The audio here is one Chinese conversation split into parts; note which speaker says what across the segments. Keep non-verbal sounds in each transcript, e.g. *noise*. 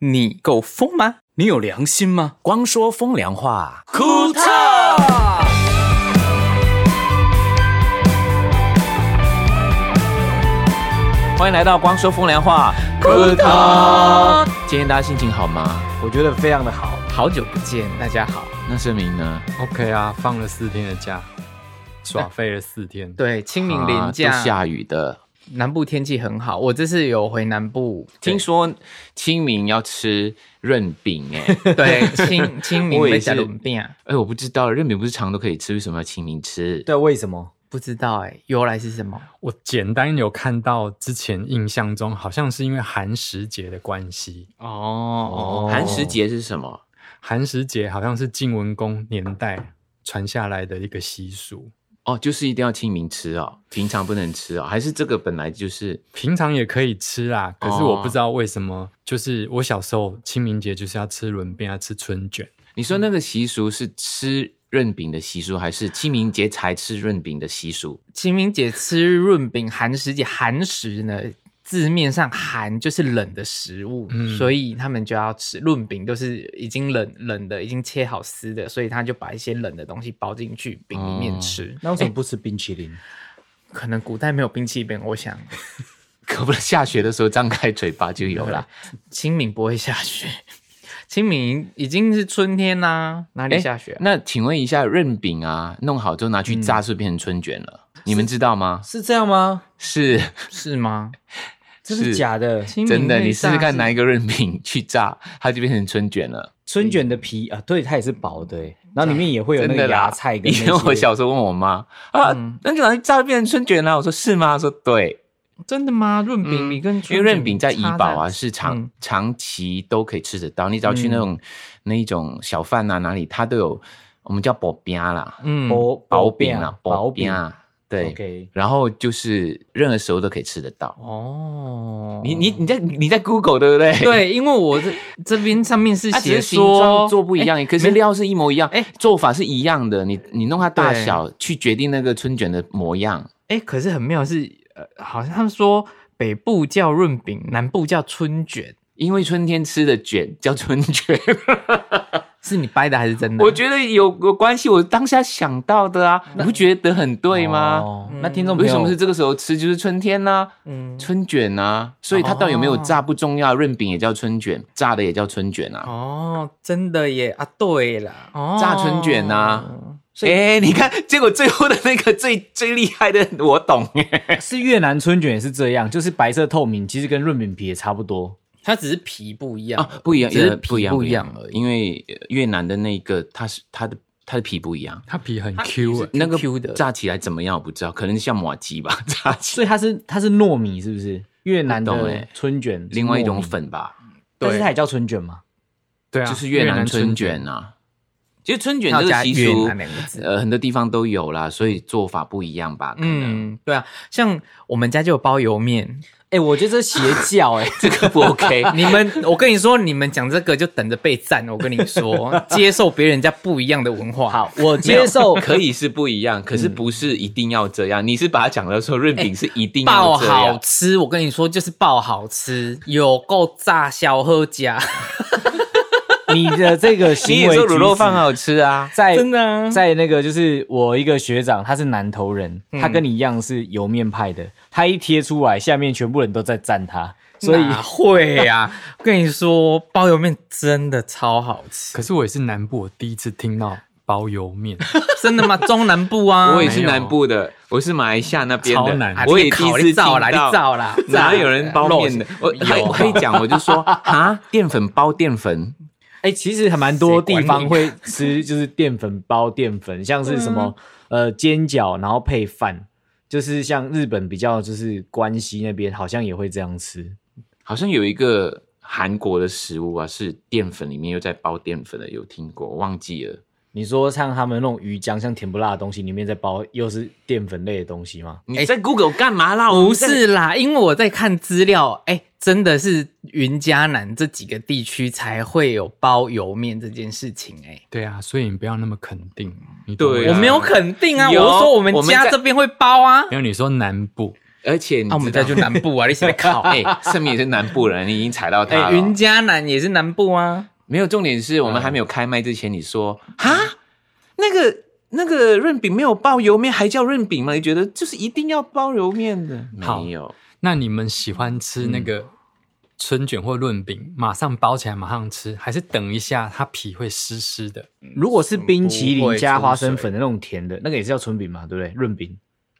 Speaker 1: 你够疯吗？你有良心吗？
Speaker 2: 光说风凉话，
Speaker 1: 库特，
Speaker 2: 欢迎来到光说风凉话，
Speaker 1: 库特。
Speaker 2: 今天大家心情好吗？
Speaker 3: 我觉得非常的好。
Speaker 1: 好久不见，大家好。
Speaker 2: 那声明呢？
Speaker 3: OK 啊，放了四天的假，耍废了四天。
Speaker 1: 对，清明连假，
Speaker 2: 啊都下雨的。
Speaker 1: 南部天气很好。我这次有回南部，
Speaker 2: *laughs* 听说清明要吃润饼
Speaker 1: *laughs*
Speaker 2: 哎，
Speaker 1: 对清清明
Speaker 2: 我也
Speaker 1: 被
Speaker 2: 是
Speaker 1: 加轮变啊，
Speaker 2: 哎，我不知道润饼不是常都可以吃，为什么要清明吃？
Speaker 3: 对，为什么？
Speaker 1: 不知道哎、由来是什么？
Speaker 4: 我简单有看到之前印象中好像是因为寒食节的关系，
Speaker 1: 哦
Speaker 2: 寒食节是什么？
Speaker 4: 寒食节好像是晋文公年代传下来的一个习俗，
Speaker 2: 哦，就是一定要清明吃哦，平常不能吃哦，还是这个本来就是
Speaker 4: 平常也可以吃啦。可是我不知道为什
Speaker 2: 哦
Speaker 4: 么，就是我小时候清明节就是要吃轮饼，要吃春卷，
Speaker 2: 你说那个习俗是吃润饼的习俗，还是清明节才吃润饼的习俗？
Speaker 1: 清明节吃润饼，寒食节寒食呢？字面上寒就是冷的食物，
Speaker 4: 嗯
Speaker 1: 所以他们就要吃润饼，都是已经冷冷的，已经切好丝的，所以他就把一些冷的东西包进去饼里面吃。
Speaker 3: 那为什么不吃冰淇淋？
Speaker 1: 可能古代没有冰淇淋，我想
Speaker 2: 可不，下雪的时候张开嘴巴就有
Speaker 1: 有
Speaker 2: *laughs*
Speaker 3: *laughs*
Speaker 1: 啦
Speaker 2: 了。。
Speaker 1: 清明不会下雪，清明已经是春天啦、哪里
Speaker 2: 诶
Speaker 1: 下雪啊、
Speaker 2: 那请问一下，润饼啊，弄好之后拿去炸，是不是变成春卷了？
Speaker 3: 嗯
Speaker 2: 你们知道吗？
Speaker 3: 是这样吗？
Speaker 2: 是
Speaker 1: 是吗？
Speaker 3: 这
Speaker 2: 是哎
Speaker 3: 是假的。
Speaker 1: 清明
Speaker 2: 真的，
Speaker 1: 内
Speaker 2: 你试试
Speaker 1: 炸
Speaker 2: 看
Speaker 1: 是
Speaker 2: 拿一个润饼去炸，它就变成春卷了。
Speaker 3: 春卷的皮啊，对，它也是薄的欸，然后里面也会有
Speaker 2: 真
Speaker 3: 那
Speaker 2: 的
Speaker 3: 个
Speaker 2: 啦
Speaker 3: 芽菜跟
Speaker 2: 以
Speaker 3: 那
Speaker 2: 前我
Speaker 3: 些嗯
Speaker 2: 小时候问我妈啊，那就拿去炸变成春卷啊啦。我说是吗？她说对，
Speaker 1: 真的吗？润饼，你跟
Speaker 2: 嗯因为润饼在怡
Speaker 1: 差
Speaker 2: 保啊，
Speaker 1: 在
Speaker 2: 是长、
Speaker 1: 嗯
Speaker 2: 长期都可以吃得到。你只要去那种、那一种小贩啊，哪里它都有，我们叫薄饼啦，
Speaker 1: 嗯
Speaker 3: 薄
Speaker 2: 薄
Speaker 3: 薄
Speaker 2: 饼
Speaker 3: 饼
Speaker 2: 啊，薄
Speaker 3: 薄
Speaker 2: 饼
Speaker 3: 饼。
Speaker 2: 啊，对。
Speaker 3: OK，
Speaker 2: 然后就是任何时候都可以吃得到。
Speaker 1: 哦，
Speaker 2: 你你你在你在 Google 对不对？，
Speaker 1: 对，因为我这这边上面是
Speaker 2: 它只
Speaker 1: 写
Speaker 2: 是形状
Speaker 1: 说
Speaker 2: 做不一样，可是料是一模一样，哎
Speaker 1: 哎，
Speaker 2: 做法是一样的。你你弄它大
Speaker 1: 对
Speaker 2: 小去决定那个春卷的模样。
Speaker 1: 哎、可是很妙的是，呃，好像他们说北部叫润饼，南部叫春卷，
Speaker 2: 因为春天吃的卷叫春卷，
Speaker 1: 是你掰的还是真的？
Speaker 2: 我觉得有有关系。我当下想到的啊，你不觉得很对吗？
Speaker 3: 哦那听众朋
Speaker 2: 为
Speaker 3: 友
Speaker 2: 什么是这个时候吃？就是春天呐、
Speaker 1: 嗯，
Speaker 2: 春卷呐、所以它到底有没有炸不重要，润饼也叫春卷，炸的也叫春卷啊。
Speaker 1: 哦，真的耶啊，对啦，哦
Speaker 2: 炸春卷啊哎、你看，结果最后的那个 *laughs* 最最厉害的，我懂哎。
Speaker 3: 是越南春卷也是这样，就是白色透明，其实跟润饼皮也差不多。
Speaker 1: 它只是皮不一样
Speaker 2: 啊，不一样，
Speaker 1: 只是
Speaker 2: 呃不一样，
Speaker 1: 皮不一样而已。
Speaker 2: 因为呃越南的那个，它是它的它的皮不一样，
Speaker 4: 它皮很 Q 欸
Speaker 2: 那个
Speaker 1: Q 的
Speaker 2: 炸起来怎么样我不知道，可能像马鸡吧， *laughs* 炸起
Speaker 3: 所以它是它是糯米，是不是？越南
Speaker 2: 我懂欸
Speaker 3: 的春卷是
Speaker 2: 另外一
Speaker 3: 糯
Speaker 2: 种
Speaker 3: 米，
Speaker 2: 粉吧，
Speaker 3: 但是
Speaker 1: 对
Speaker 3: 它也叫春卷嘛？
Speaker 4: 对啊，
Speaker 2: 就是越南春卷
Speaker 4: 啊。
Speaker 2: 啊。其实春卷
Speaker 1: 要
Speaker 2: 这个
Speaker 1: 加
Speaker 2: 习
Speaker 1: 越
Speaker 2: 俗
Speaker 1: 南，两个字。
Speaker 2: 呃，很多地方都有啦，所以做法不一样吧？可能、
Speaker 1: 嗯，对啊，像我们家就有包
Speaker 2: *laughs*
Speaker 1: 油面，
Speaker 3: 哎，我觉得这邪教哎，
Speaker 2: 这个不 OK。
Speaker 1: 你们，我跟你说，你们讲这个就等着被赞。我跟你
Speaker 2: *laughs*
Speaker 1: 说，接受别人家不一样的文化。
Speaker 3: 好，
Speaker 2: 没
Speaker 3: 我
Speaker 2: 有
Speaker 3: 接受。
Speaker 2: 可以是不一样，可是不是一定要这样。你是把它讲的说润饼是一定
Speaker 1: 哎爆
Speaker 2: 要这样，
Speaker 1: 好吃，我跟你说，就是爆好吃，有够炸小喝家，
Speaker 3: *laughs* 你的这
Speaker 2: *laughs*
Speaker 3: 个
Speaker 2: 你
Speaker 3: 行
Speaker 2: 也
Speaker 3: 为
Speaker 2: 说卤肉
Speaker 3: 举止
Speaker 2: 饭好吃啊，
Speaker 3: 在
Speaker 1: 真的啊
Speaker 3: 在那个就是我一个学长，他是南投人，
Speaker 1: 嗯
Speaker 3: 他跟你一样是油面派的，他一贴出来，下面全部人都在赞他，所以
Speaker 1: 哪会啊？我跟你说，包油面真的超好吃，
Speaker 4: 可是我也是南部，我第一次听到包油面，
Speaker 1: 真
Speaker 2: *laughs*
Speaker 1: 的吗？中南部啊，
Speaker 2: 我也是南部的，我是马来西亚那边
Speaker 4: 超
Speaker 2: 的
Speaker 4: 难，
Speaker 2: 我也第一次听
Speaker 1: 造啦，你
Speaker 2: 到。
Speaker 1: 造啦，
Speaker 2: *laughs* 哪有人包面的？我还我可以讲，我就 *laughs* 说啊，淀粉包淀粉，
Speaker 3: 哎、其实还蛮多
Speaker 1: 啊
Speaker 3: 地方会吃，就是淀粉包淀粉，像是什
Speaker 1: 嗯
Speaker 3: 么、呃煎饺，然后配饭，就是像日本比较就是关西那边好像也会这样吃，
Speaker 2: 好像有一个韩国的食物啊，是淀粉里面又在包淀粉的，有听过，我忘记了。
Speaker 3: 你说像他们那种鱼浆，像甜不辣的东西里面再包又是淀粉类的东西吗？
Speaker 2: 你在 Google 干嘛啦？我
Speaker 1: 不
Speaker 2: 们在
Speaker 1: 是啦，因为我在看资料，哎、真的是云嘉南这几个地区才会有包油面这件事情、
Speaker 4: 对啊，所以你不要那么肯定。你懂
Speaker 2: 对
Speaker 1: 哎、
Speaker 2: 啊
Speaker 1: 我没有肯定啊，我
Speaker 2: 有
Speaker 1: 是说我们
Speaker 2: 我们
Speaker 1: 家
Speaker 2: 在
Speaker 1: 这边会包啊，
Speaker 4: 没有，你说南部，
Speaker 2: 而且你
Speaker 1: 啊，我们
Speaker 2: 知道
Speaker 1: 家就南部啊，你现在靠
Speaker 2: *laughs* 哎，盛明也是南部人，你已经踩到他
Speaker 1: 哎，
Speaker 2: 了。
Speaker 1: 云嘉南也是南部啊，
Speaker 2: 没有重点是我们还没有开麦之前，你说啊，那个那个润饼没有包油面，还叫润饼吗？你觉得就是一定要包油面的？
Speaker 4: 好
Speaker 2: 没有，
Speaker 4: 那你们喜欢吃那个春卷或润饼，马上包起来马上吃，还是等一下它皮会湿湿的？
Speaker 3: 如果是冰淇
Speaker 1: 嗯不会
Speaker 3: 淋加
Speaker 1: 出
Speaker 3: 花生
Speaker 1: 水
Speaker 3: 粉的那种甜的，那个也是叫春饼嘛，对不对？润饼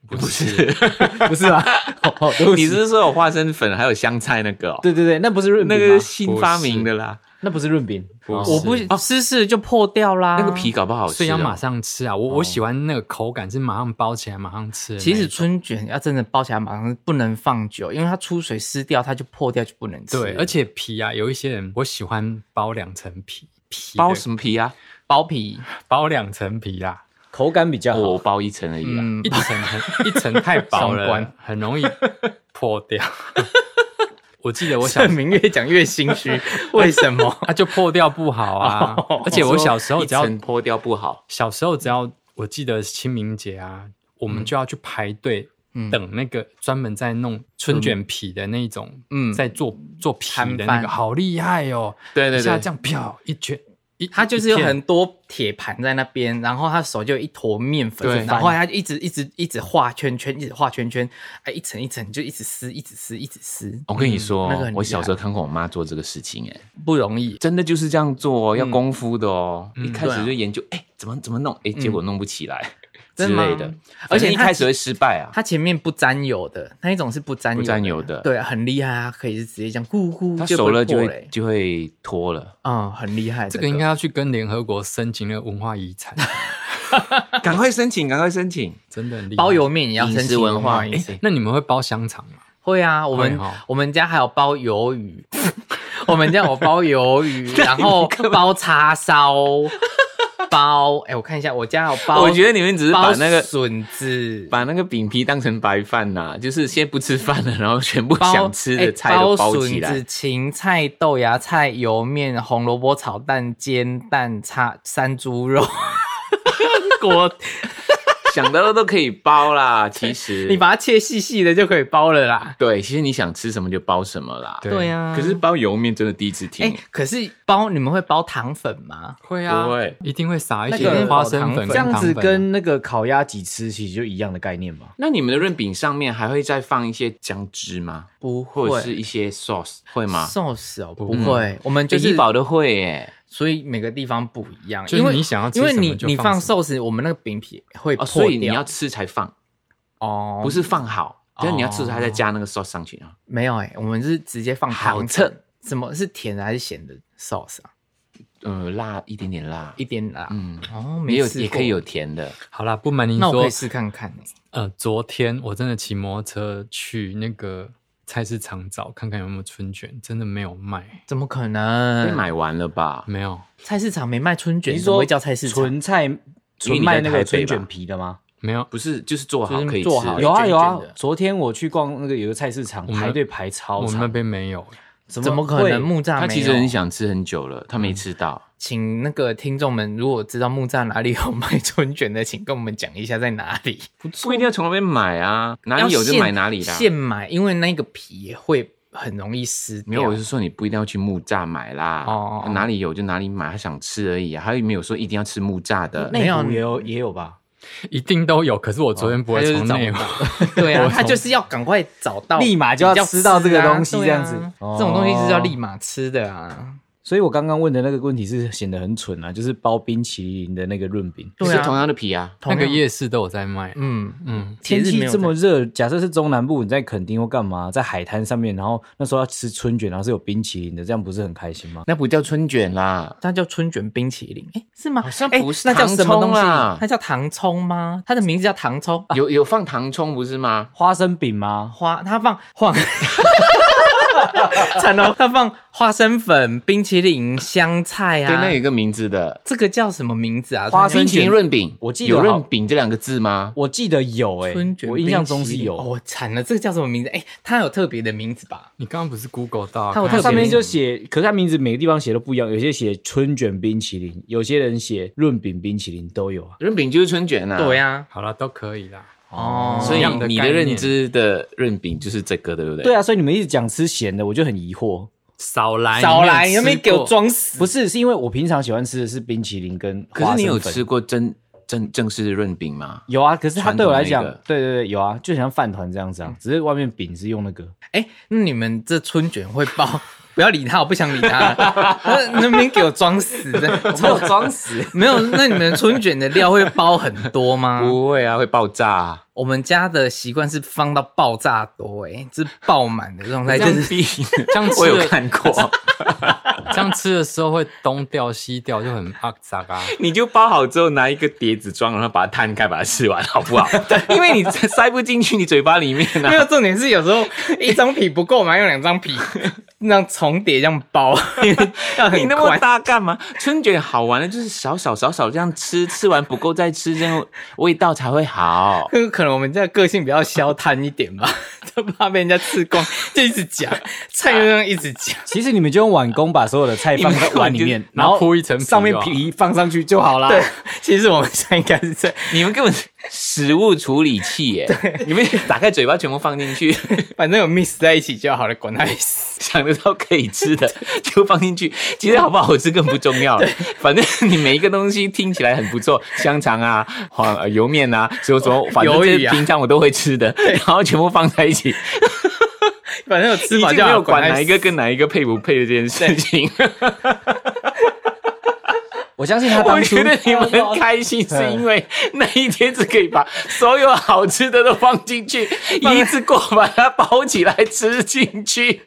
Speaker 4: 不是， *laughs*
Speaker 3: 不是吗？ *laughs* 哦，对不
Speaker 2: 你
Speaker 3: 起
Speaker 2: 是说有花生粉还有香菜那个、哦？
Speaker 3: 对对对，那不是润饼
Speaker 2: 那
Speaker 3: 吗，
Speaker 2: 个是新发明的啦，
Speaker 3: 那不是润饼，
Speaker 4: 不
Speaker 3: 哦
Speaker 1: 我不湿湿就破掉啦，
Speaker 2: 那个皮。搞不好吃、哦。
Speaker 4: 所以要马上吃啊！我、我喜欢那个口感是马上包起来马上吃的那一
Speaker 1: 其
Speaker 4: 种。
Speaker 1: 实春卷啊要真的包起来，马上不能放久，因为它出水湿掉，它就破掉，就不能吃。
Speaker 4: 对，而且皮啊，有一些人我喜欢包两层皮，皮的
Speaker 2: 包什么皮啊？
Speaker 1: 包皮，
Speaker 4: 包两层皮啦、
Speaker 3: 口感比较
Speaker 2: 哦我
Speaker 3: 好。
Speaker 2: 包一层而已啊。
Speaker 1: 嗯
Speaker 4: 一，层很一层太薄
Speaker 1: 上
Speaker 4: 了
Speaker 1: 官，
Speaker 4: 很容易破掉。 *laughs* 我记得我小
Speaker 1: 证明越讲越心 *laughs* 虚，为什么？
Speaker 4: *laughs* 啊它就破掉不好啊，
Speaker 1: 哦
Speaker 4: 而且我小时候
Speaker 2: 一
Speaker 4: 只要
Speaker 2: 层脱掉不好，
Speaker 4: 小时候只要我记得清明节啊，我们就要去排队。
Speaker 1: 嗯
Speaker 4: 等那个专门在弄春卷皮的那种，
Speaker 1: 嗯
Speaker 4: 嗯，在做做皮的
Speaker 1: 摊
Speaker 4: 那
Speaker 1: 贩
Speaker 4: 个，好厉害哦！
Speaker 2: 对对
Speaker 4: 一下
Speaker 2: 对
Speaker 4: 这，样飘一卷，一
Speaker 1: 他就是有
Speaker 4: 一片
Speaker 1: 很多铁盘在那边，然后他手就有一坨面粉
Speaker 2: 对，
Speaker 1: 然后他就一直一直一直画圈圈，一直画圈圈，哎，一层一层就一直撕，一直撕，一直撕，
Speaker 2: 我跟你说，
Speaker 1: 嗯那个很厉害
Speaker 2: 我小时候看过我妈做这个事情、哎，
Speaker 1: 不容易。
Speaker 2: 真的就是这样做、哦，要功夫的哦。
Speaker 4: 嗯
Speaker 2: 一开
Speaker 1: 对
Speaker 2: 始
Speaker 1: 啊
Speaker 2: 就研究，哎、怎么怎么弄，哎、结果弄不起来、
Speaker 1: 真
Speaker 2: 之
Speaker 1: 的吗
Speaker 2: 类的，
Speaker 1: 而
Speaker 2: 而
Speaker 1: 且
Speaker 2: 且一
Speaker 1: 它
Speaker 2: 开始会失败啊。
Speaker 1: 它前面不沾油的，那一种是不沾油的
Speaker 2: 不沾油的
Speaker 1: 对，很厉害啊，可以是直接这样咕咕，
Speaker 2: 它熟了就
Speaker 1: 会破
Speaker 2: 会哎
Speaker 1: 嘞，
Speaker 2: 就会脱了，
Speaker 1: 嗯，很厉害。
Speaker 4: 这个应该要去跟联合国申请那个文化遗
Speaker 1: *laughs*
Speaker 4: 产，
Speaker 2: *laughs* 赶快申请，赶快申请。
Speaker 4: 真的很厉害。
Speaker 1: 包邮面也要申
Speaker 2: 饮食
Speaker 1: 请
Speaker 2: 文化
Speaker 1: 饮
Speaker 4: 哎、
Speaker 1: 食
Speaker 4: 那你们会包香肠吗？
Speaker 1: 会啊，我们
Speaker 4: 会哦
Speaker 1: 我们家还有包鱿鱼， *laughs* 我们家有包鱿
Speaker 2: *laughs*
Speaker 1: 鱼，然后包叉烧，包哎、我看一下，我家有包，
Speaker 2: 我觉得你们只是把
Speaker 1: 包
Speaker 2: 那个
Speaker 1: 笋子，
Speaker 2: 把那个饼皮当成白饭呐、就是先不吃饭了，然后全部
Speaker 1: 包
Speaker 2: 想吃
Speaker 1: 哎
Speaker 2: 的菜都包起
Speaker 1: 笋
Speaker 2: 来。
Speaker 1: 子、芹菜、豆芽菜、油面、红萝卜炒蛋、煎蛋、叉山猪
Speaker 2: *laughs*
Speaker 1: 肉。果，
Speaker 2: 想到的都可以包 *laughs* 啦。其实
Speaker 1: 你把它切细细的就可以包了啦。
Speaker 2: 对，其实你想吃什么就包什么啦。
Speaker 4: 对
Speaker 1: 对啊，
Speaker 2: 可是包油面真的第一次
Speaker 1: 哎、
Speaker 2: 听，
Speaker 1: 可是包你们会包糖粉吗？
Speaker 4: 会啊，
Speaker 2: 不会
Speaker 4: 一定会撒一
Speaker 1: 那
Speaker 4: 些
Speaker 1: 个
Speaker 4: 花生粉
Speaker 1: 这
Speaker 4: 跟
Speaker 3: 这
Speaker 4: 糖粉
Speaker 3: 样
Speaker 4: 啊、
Speaker 3: 子跟那个烤鸭几吃其实就一样的概念吧。
Speaker 2: 那你们的润饼上面还会再放一些姜汁吗？
Speaker 1: 不
Speaker 2: 或者是一些 sauce 会吗？
Speaker 1: ？sauce 哦，不
Speaker 4: 嗯
Speaker 1: 会，我们就
Speaker 2: 就是是宝的会耶，
Speaker 1: 所以每个地方不一样，
Speaker 4: 就是
Speaker 1: 因为
Speaker 4: 你想要吃
Speaker 1: 因为
Speaker 4: 什么
Speaker 1: 你
Speaker 4: 就
Speaker 1: 你
Speaker 4: 放
Speaker 1: 放
Speaker 4: 什
Speaker 1: sauce，我们那个饼皮会破
Speaker 2: 哦，
Speaker 1: 掉，
Speaker 2: 所以你要吃才放，
Speaker 1: 哦，
Speaker 2: 不是放好，就是你要吃
Speaker 1: 哦
Speaker 2: 才再加那个 sauce 上去啊。
Speaker 1: 没有哎、我们是直接放
Speaker 2: 好
Speaker 1: 糖
Speaker 2: 吃
Speaker 1: 粉，什么是甜的还是咸的 sauce 啊？
Speaker 2: 嗯，辣一点点辣，
Speaker 1: 一点辣，
Speaker 2: 嗯，
Speaker 1: 哦，没
Speaker 2: 也有
Speaker 1: 试
Speaker 2: 也可以
Speaker 1: 过
Speaker 2: 有，甜的。
Speaker 4: 好啦，不瞒您
Speaker 1: 那我可
Speaker 4: 说
Speaker 1: 以，试看看、欸、
Speaker 4: 呃，昨天我真的骑摩托车去那个菜市场找看看有没有春卷，真的没有卖，
Speaker 1: 怎么可
Speaker 2: 被
Speaker 1: 能？
Speaker 2: 买完了吧？
Speaker 1: 嗯
Speaker 4: 没有，
Speaker 1: 菜市场没卖春卷，
Speaker 3: 你
Speaker 1: 怎么
Speaker 3: 说
Speaker 1: 会叫菜市场？
Speaker 3: 纯菜纯卖那个春卷皮的吗？
Speaker 4: 没有。
Speaker 2: 不是，就是做好
Speaker 1: 就是
Speaker 2: 可以吃
Speaker 1: 做好
Speaker 2: 了。
Speaker 1: 有
Speaker 3: 有
Speaker 1: 啊
Speaker 3: 啊有啊
Speaker 1: 卷卷的，
Speaker 3: 昨天我去逛那个有个菜市场，
Speaker 4: 我们
Speaker 3: 排队排超
Speaker 4: 我们那
Speaker 3: 长，
Speaker 4: 边没有，
Speaker 1: 怎么可
Speaker 3: 会
Speaker 1: 能？木栅
Speaker 2: 他
Speaker 1: 啊没
Speaker 2: 其实很
Speaker 1: 有嗯
Speaker 2: 想吃很久了，他没吃到。
Speaker 1: 请那个听众们，如果知道木栅哪里有 *laughs* 卖春卷的，请跟我们讲一下在哪里。
Speaker 2: 不一定要从那边买啊，哪里有就买哪里啊
Speaker 1: 的，
Speaker 2: 啦。
Speaker 1: 现买，因为那个皮也会很容易湿掉。
Speaker 2: 没有，我是说你不一定要去木栅买啦，
Speaker 1: 啊哦哦哦
Speaker 2: 哪里有就哪里买，他想吃而已、啊。还有没有说一定要吃木栅的？
Speaker 1: 没有啊
Speaker 3: 内湖也有也有吧？
Speaker 4: 一定都有。可是我昨天不会
Speaker 2: 哦他就是
Speaker 4: 从
Speaker 2: 找
Speaker 4: 内
Speaker 2: 不
Speaker 4: 湖，
Speaker 1: *laughs*
Speaker 2: *laughs*
Speaker 1: 对啊，他就是要赶快找到，
Speaker 3: 立马就要吃到这个东西这样子
Speaker 1: 比较吃啊对啊
Speaker 3: 哦
Speaker 1: 这种东西是要立马吃的啊。
Speaker 3: 所以我刚刚问的那个问题是显得很蠢啊，就是包冰淇淋的那个润饼。
Speaker 1: 对
Speaker 2: 是同
Speaker 1: 啊，
Speaker 2: 样的皮啊。
Speaker 4: 那
Speaker 1: 同
Speaker 4: 个
Speaker 1: 样
Speaker 4: 夜市都有在卖。
Speaker 1: 嗯，
Speaker 4: 嗯，
Speaker 1: 节
Speaker 3: 天
Speaker 1: 日
Speaker 3: 气
Speaker 1: 没有
Speaker 3: 这么
Speaker 1: 在
Speaker 3: 热，假设是中南部，你在垦丁或干嘛，在海滩上面，然后那时候要吃春卷，然后是有冰淇淋的，这样不是很开心吗？
Speaker 2: 那不叫春卷
Speaker 1: *laughs*
Speaker 2: 啦，
Speaker 1: 它叫春卷冰淇淋，哎，是吗？
Speaker 2: 好像
Speaker 1: 诶
Speaker 2: 不是
Speaker 1: 那叫什么东
Speaker 2: 糖葱
Speaker 1: 西
Speaker 2: 啊？
Speaker 1: 它叫糖葱吗？它的名字叫糖葱
Speaker 2: 有有放糖葱不是吗？
Speaker 3: 花生饼吗？
Speaker 1: 花， *laughs* 它放晃，惨了，它放花生粉、冰淇淋、香菜
Speaker 2: 对，
Speaker 1: 啊
Speaker 2: 那，有一个名字的
Speaker 1: 这个叫什么名字啊？
Speaker 3: 花生
Speaker 2: 冰淇淋润饼，
Speaker 3: 我记得
Speaker 2: 有
Speaker 3: 好
Speaker 2: 润饼这两个字吗？
Speaker 3: 我记得有诶、
Speaker 1: 春卷，
Speaker 3: 欸我印象中是有，
Speaker 1: 哦，惨了，这个叫什么名字？哎，它有特别的名字吧？
Speaker 4: 你刚刚不是 Google 到啊？
Speaker 1: 它有
Speaker 4: 看
Speaker 1: 特别
Speaker 3: 它上面
Speaker 1: 名
Speaker 3: 就写，可是它名字每个地方写都不一样，有些写春卷冰淇淋，有些人写润饼冰淇淋都有啊。
Speaker 2: 润饼就是春卷啊。
Speaker 1: 对呀、
Speaker 4: 好了，都可以啦。
Speaker 1: 哦
Speaker 2: 所以
Speaker 4: 一样的
Speaker 2: 你
Speaker 4: 概
Speaker 2: 的
Speaker 4: 念
Speaker 2: 认知的润饼就是这个，对不对？嗯
Speaker 3: 对啊，所以你们一直讲吃咸的，我就很疑惑。
Speaker 4: 少来
Speaker 1: 少来，
Speaker 4: 你
Speaker 1: 你
Speaker 4: 没
Speaker 1: 那
Speaker 4: 有
Speaker 1: 边
Speaker 4: 吃
Speaker 1: 给我
Speaker 4: 过
Speaker 1: 装死！
Speaker 3: 不是，是因为我平常喜欢吃的是冰淇淋跟
Speaker 2: 可是
Speaker 3: 花
Speaker 2: 你有
Speaker 3: 生粉。
Speaker 2: 吃过真正正式的润饼吗？
Speaker 3: 有啊，可是它
Speaker 2: 传统
Speaker 3: 对我来
Speaker 2: 那
Speaker 3: 讲，
Speaker 2: 个
Speaker 3: 对对对，有啊，就像饭团这样子啊，只是外面饼是用那个。
Speaker 1: 哎、那你们这春卷会包？ *laughs* 不要理他，我不想理他。那那边给我装死的，
Speaker 2: 没 *laughs* 有装死，
Speaker 1: 没有。那你们春卷的料会包很多吗？
Speaker 2: 不会啊，会爆炸、啊。
Speaker 1: 我们家的习惯是放到爆炸多、哎，是爆满的状态，就是
Speaker 2: 逼，
Speaker 4: 这样吃
Speaker 2: *laughs* 我有
Speaker 4: 的
Speaker 2: 看过，
Speaker 4: 这样吃的时候会东掉西掉，就很阿杂啊。
Speaker 2: 你就包好之后拿一个碟子装，然后把它摊开，把它吃完，好 *laughs* 不好？因为你塞不进去你嘴巴里面
Speaker 1: *laughs* 没
Speaker 2: 啊。
Speaker 1: 有重点是有时候一张皮不够嘛，用两张皮 *laughs* 那样重叠这样包， *laughs* 因为
Speaker 2: *laughs*
Speaker 1: 要
Speaker 2: 你
Speaker 1: 很
Speaker 2: 那么
Speaker 1: 宽。
Speaker 2: 大干嘛？春卷好玩的就是少少少少这样吃，吃完不够再吃，这样味道才会好。
Speaker 1: *laughs* 可可能我们家的个性比较消贪一点吧， *laughs* 就怕被人家吃光， *laughs* 就一直夹菜，就这样一直夹。
Speaker 3: 其实你们就用碗公把所有的菜放在碗里面，
Speaker 4: 你们
Speaker 3: 然后
Speaker 4: 铺一层皮
Speaker 3: 上面
Speaker 4: 就好
Speaker 3: 皮放上去就好啦。
Speaker 1: 对，其实我们家应该是这样，
Speaker 2: 你们根本是食物处理器 *laughs* 耶！你们打开嘴巴全部放进去，
Speaker 1: 反正有 mix 在一起就好了，管他去死。
Speaker 2: *laughs* 想得到可以吃的就放进去，其实好不好吃更不重要了。反正你每一个东西听起来很不错，香肠啊、黄呃油面啊，什么什么，反正这
Speaker 1: 鱿鱼
Speaker 2: 些
Speaker 1: 啊
Speaker 2: 平常我都会吃的，然后全部放在一起，
Speaker 1: *laughs* 反正有吃法
Speaker 2: 已经
Speaker 1: 就
Speaker 2: 没
Speaker 1: 好，
Speaker 2: 有管
Speaker 1: 他
Speaker 2: 哪
Speaker 1: 去
Speaker 2: 一
Speaker 1: 死
Speaker 2: 个跟哪一个配不配的这件事情。
Speaker 3: 我相信他
Speaker 2: 我
Speaker 3: 当初
Speaker 2: 觉得你
Speaker 1: *laughs* 哦
Speaker 2: 们开心是因为那一天只可以把所有好吃的都放进去，一次过把它包起来吃进去。 *laughs*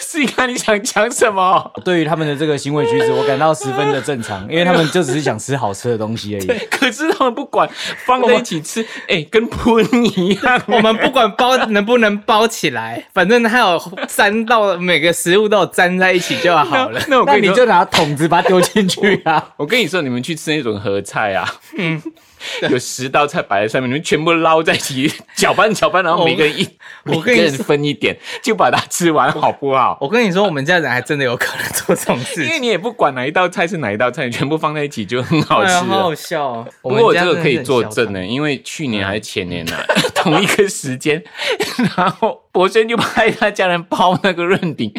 Speaker 2: 思怡看你想讲什么？
Speaker 3: 对于他们的这个行为举止，我感到十分的正 *laughs* 常，因为他们就只是想吃好吃的东西而已。
Speaker 2: *laughs* 可是他们不管，放在一起
Speaker 1: *laughs*
Speaker 2: 吃，哎、跟喷一样。 *laughs*
Speaker 1: 我们不管包能不能包起来，反正它有粘到每个食物都有粘在一起就好了。
Speaker 2: 那我
Speaker 3: 那
Speaker 2: 跟你
Speaker 3: 你就
Speaker 2: 说，
Speaker 3: 拿桶子把它丢进去啊！
Speaker 2: 我跟你说，你们去吃那种合菜啊，嗯， *laughs* 有十道菜摆在上面，你们全部捞在一起搅拌搅拌，然后每个人一，
Speaker 1: 我
Speaker 2: 每个
Speaker 1: 跟你
Speaker 2: 人分一点，就把它吃完，好不好？
Speaker 1: 我跟你说，我们家人还真的有可能做这种事
Speaker 2: 因为
Speaker 1: 情，
Speaker 2: 你也不管哪一道菜是哪一道菜，你全部放在一起就很好吃
Speaker 1: 哎呀好
Speaker 2: 了。
Speaker 1: 好笑哦。
Speaker 2: 不过我这
Speaker 1: 们家真
Speaker 2: 个
Speaker 1: 的
Speaker 2: 可以
Speaker 1: 是
Speaker 2: 作
Speaker 1: 很嚣嗯
Speaker 2: 证呢，因为去年还是前年呢、啊， *laughs* 同一个时间，然后博轩就拍他家人包那个润饼，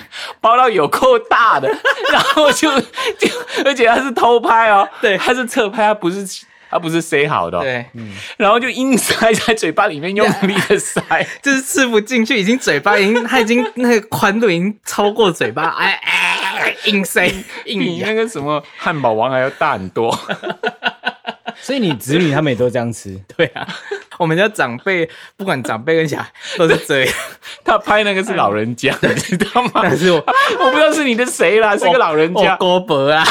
Speaker 2: 包到有够大的，然后就就而且他是偷拍哦，
Speaker 1: 对
Speaker 2: 他是侧拍，他不是他不是塞好的、
Speaker 1: 张，
Speaker 2: 哦，
Speaker 1: 对，
Speaker 2: 然后就硬塞在嘴巴里面，
Speaker 1: *laughs*
Speaker 2: 用力的塞，
Speaker 1: 就是吃不进去，已经嘴巴已经，它已经那个宽度已经超过嘴巴，哎哎，硬塞硬
Speaker 2: 比
Speaker 1: 咬
Speaker 2: 那。个什么汉堡王还要大很多。
Speaker 3: *laughs* 所以你子女他们也都这样吃，
Speaker 1: 对啊，我们家长辈不管长辈跟小孩都是
Speaker 2: *laughs*
Speaker 1: 这样。
Speaker 2: 他拍那个是老人
Speaker 1: *laughs*
Speaker 2: 家，你知道吗？
Speaker 1: 但是我
Speaker 2: 我不知道是你的谁啦，是个老人
Speaker 1: 我
Speaker 2: 家。
Speaker 1: 郭伯啊，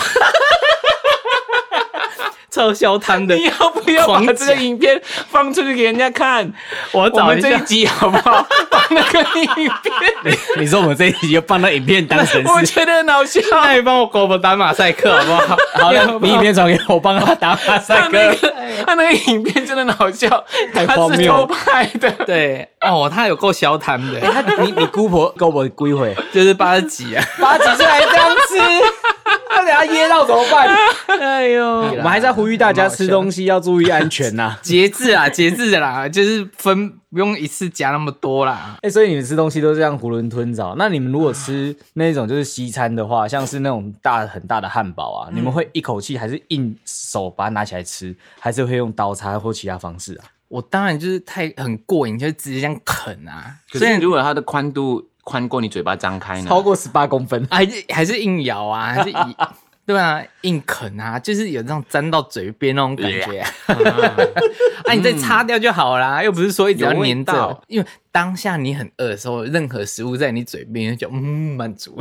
Speaker 1: 超消摊的
Speaker 2: 你。要不要把
Speaker 1: 狂
Speaker 2: 这个
Speaker 1: 讲
Speaker 2: 影片放出去给人家看？
Speaker 1: 我
Speaker 2: 我
Speaker 1: 找
Speaker 2: 们
Speaker 1: 一
Speaker 2: 这一
Speaker 1: 下，
Speaker 2: 集好不好？ *laughs* 把那个影 *laughs* 片，
Speaker 3: *laughs* 你说我们这一集就放到影片当成
Speaker 2: 我
Speaker 3: 是。
Speaker 2: 觉得很好笑。
Speaker 1: 那你帮我郭伯打马赛克好不
Speaker 2: *laughs*
Speaker 1: 好？
Speaker 3: 好了，你影片传给我，我帮他打马赛
Speaker 2: 他
Speaker 3: 克。
Speaker 2: 那个 *laughs* 他那个影片真的很好笑，
Speaker 3: 太
Speaker 2: 他
Speaker 3: 荒
Speaker 2: 是
Speaker 3: 谬
Speaker 2: 偷
Speaker 3: 了
Speaker 2: 拍的。
Speaker 1: 对，哦，他有够消摊的，
Speaker 3: 他 *laughs* 你你姑婆够我归回，
Speaker 1: 就是八十
Speaker 2: *laughs*
Speaker 1: 几啊。
Speaker 3: 八十几岁还这样吃， *laughs* 他等下噎到怎么办？
Speaker 1: 哎呦，我
Speaker 3: *laughs* 我们还在呼吁大家吃东西要注意安全呐、
Speaker 1: 节制啊，节制的啦，就是分不用一次夹那么多啦。
Speaker 3: 哎、所以你们吃东西都是这样囫囵吞枣。那你们如果吃那种就是西餐的话，像是那种大很大的汉堡啊，你
Speaker 2: 嗯
Speaker 3: 们会一口气还是硬手把它拿起来吃，还是会用刀叉或其他方式啊？
Speaker 1: 我当然就是太很过瘾，就直接这样啃啊，
Speaker 2: *laughs* 可
Speaker 1: 所以
Speaker 2: 是如果它的宽度宽过你嘴巴张开呢？
Speaker 3: 超过十八公分，
Speaker 1: 还是还是硬咬啊，还是以对啊，硬啃啊，就是有那种粘到嘴边那种感觉啊。啊，你再擦掉就好啦，又不是说一直要
Speaker 2: 有味
Speaker 1: 粘
Speaker 2: 道
Speaker 1: 到，因为当下你很饿的时候，任何食物在你嘴边就嗯满足。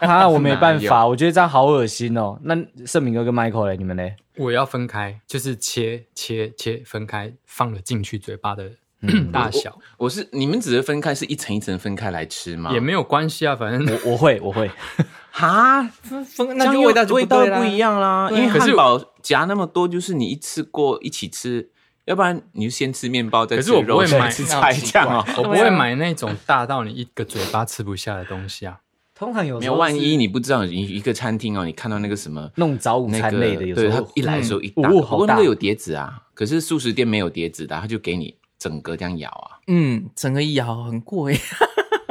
Speaker 3: 啊，我没办法，我觉得这样好恶心哦。那盛明哥跟 Michael 嘞，你们嘞？
Speaker 4: 我要分开，就是切切切分开，放了进去嘴巴的
Speaker 2: 嗯
Speaker 4: 大小、
Speaker 2: 我是你们只是分开，是一层一层分开来吃吗？
Speaker 4: 也没有关系啊，反正
Speaker 3: 我我会我会，
Speaker 2: 哈，
Speaker 1: 那
Speaker 2: 这
Speaker 1: 就
Speaker 2: 样
Speaker 1: 味道就
Speaker 2: 味道
Speaker 1: 不
Speaker 2: 不一。样啦，因
Speaker 1: 啊
Speaker 2: 为
Speaker 4: 可
Speaker 2: 汉
Speaker 4: 是
Speaker 2: 堡夹那么多，就是你一次过一起吃，要不然你就先吃面包，再
Speaker 4: 可
Speaker 2: 吃
Speaker 4: 是我
Speaker 2: 肉，
Speaker 4: 不会买
Speaker 2: 再吃菜
Speaker 1: 那种奇
Speaker 4: *laughs*
Speaker 2: 这样哦。
Speaker 4: 我不会买那种大到你一个嘴巴吃不下的东西啊。
Speaker 3: 通常有
Speaker 2: 没
Speaker 3: 时
Speaker 2: 有，
Speaker 3: 候
Speaker 2: 万一
Speaker 3: 是
Speaker 2: 你不知道一一个餐厅哦，你看到那个什么
Speaker 3: 弄早午
Speaker 2: 那
Speaker 3: 餐
Speaker 2: 个，
Speaker 3: 类的，有
Speaker 2: 对
Speaker 3: 时
Speaker 2: 他
Speaker 3: 候
Speaker 2: 一来的时候一
Speaker 3: 嗯
Speaker 2: 大，
Speaker 3: 哦
Speaker 2: 不
Speaker 3: 好
Speaker 2: 过那
Speaker 3: 大
Speaker 2: 个有碟子啊，可是素食店没有碟子的啊，他就给你整个这样咬啊。
Speaker 1: 嗯，整个咬很过瘾， *laughs*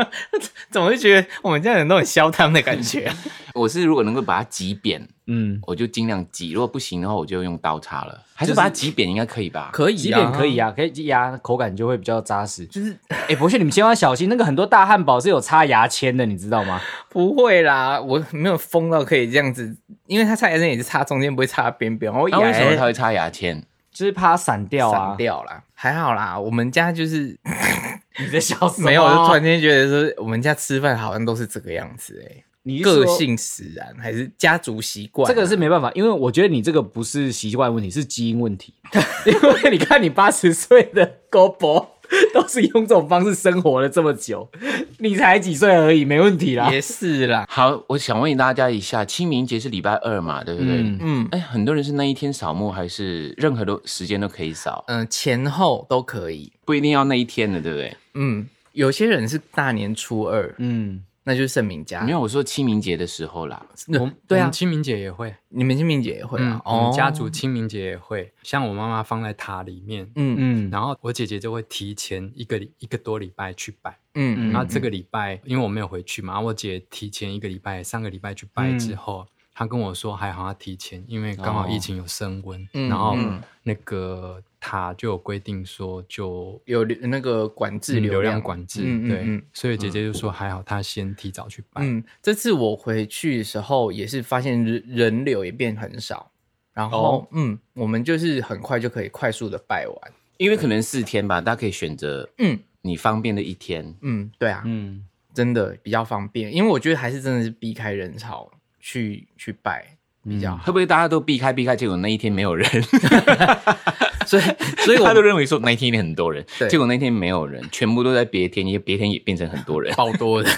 Speaker 1: 怎么会觉得我们这样人都很消汤的感觉？啊
Speaker 2: 我是如果能够把它挤扁，
Speaker 3: 嗯，
Speaker 2: 我就尽量挤；如果不行的话，我就用刀叉了。还是把它挤扁应该可以吧？
Speaker 1: *laughs* 可以、啊，
Speaker 3: 几点可以
Speaker 1: 啊？
Speaker 3: 啊，可以压，口感就会比较扎实。就是，哎，博轩，你们千万小心，那个很多大汉堡是有插牙签的，你知道吗？
Speaker 1: 不会啦，我没有疯到可以这样子，因为它插牙线也是插中间，不会插边边。我
Speaker 3: 啊
Speaker 2: 那为什么它
Speaker 1: 牙
Speaker 2: 会插牙签？
Speaker 3: 就是怕它散掉啊
Speaker 1: 散。掉啦，还好啦，我们家就是
Speaker 3: 你在笑什么？啊
Speaker 1: 没有，我就突然间觉得说，我们家吃饭好像都是这个样子哎、
Speaker 3: 你是说
Speaker 1: 个性使然还是家族习惯啊、
Speaker 3: 这个是没办法，因为我觉得你这个不是习惯问题，是基因问题。因为你看，你八十岁的狗伯都是用这种方式生活了这么久，你才几岁而已，没问题啦。
Speaker 1: *laughs* 也是啦，
Speaker 2: 好，我想问大家一下，清明节是礼拜二嘛，对不对？
Speaker 3: 嗯
Speaker 1: 嗯
Speaker 2: 哎，很多人是那一天扫墓，还是任何的时间都可以扫，
Speaker 1: 嗯、前后都可以。
Speaker 2: 不一定要那一天的，对不对？
Speaker 1: 嗯，有些人是大年初二，
Speaker 3: 嗯，
Speaker 1: 那就是圣明家。
Speaker 2: 没有，我说清明节的时候啦。
Speaker 1: 那，
Speaker 4: 我
Speaker 1: *laughs* 对
Speaker 4: 我
Speaker 1: 啊
Speaker 4: 们，清明节也会，
Speaker 1: 你们清明节也会
Speaker 4: 嗯
Speaker 1: 啊，，
Speaker 4: 我们
Speaker 1: 哦，
Speaker 4: 家族，清明节也会，像我妈妈放在塔里面，
Speaker 1: 嗯
Speaker 3: 嗯，
Speaker 4: 然后我姐姐就会提前一个礼一个多礼拜去拜，
Speaker 1: 嗯
Speaker 4: 然后这个礼拜因为我没有回去嘛，我姐提前一个礼拜、上个礼拜去拜之后，
Speaker 1: 嗯
Speaker 4: 她跟我说还好她提前，因为刚好疫情有升温，
Speaker 1: 哦嗯
Speaker 4: 然后
Speaker 1: 嗯
Speaker 4: 那个塔就有规定说就
Speaker 1: 有流那个管制
Speaker 4: 嗯
Speaker 1: 流
Speaker 4: 流量
Speaker 1: 量。
Speaker 4: 管制，
Speaker 1: 嗯嗯
Speaker 4: 对，
Speaker 1: 嗯
Speaker 4: 所以姐姐就说还好她先提早去拜，
Speaker 1: 嗯，这次我回去的时候也是发现人人流也变很少，然后、
Speaker 2: 哦
Speaker 1: 嗯，我们就是很快就可以快速的拜完。
Speaker 2: 因为可能四天吧，大家可以选择
Speaker 1: 嗯
Speaker 2: 你方便的一天。
Speaker 1: 嗯，对啊，
Speaker 3: 嗯，
Speaker 1: 真的比较方便，因为我觉得还是真的是避开人潮去去拜比
Speaker 4: 嗯
Speaker 1: 较好，
Speaker 2: 会不会大家都避开避开，结果那一天没有人？
Speaker 1: *laughs* 所以所
Speaker 2: *laughs*
Speaker 1: 以我
Speaker 2: 他都认为说那一天一定很多人
Speaker 1: 对，。
Speaker 2: 结果那天没有人，全部都在别天，因为别天也变成很多人
Speaker 1: 爆多的，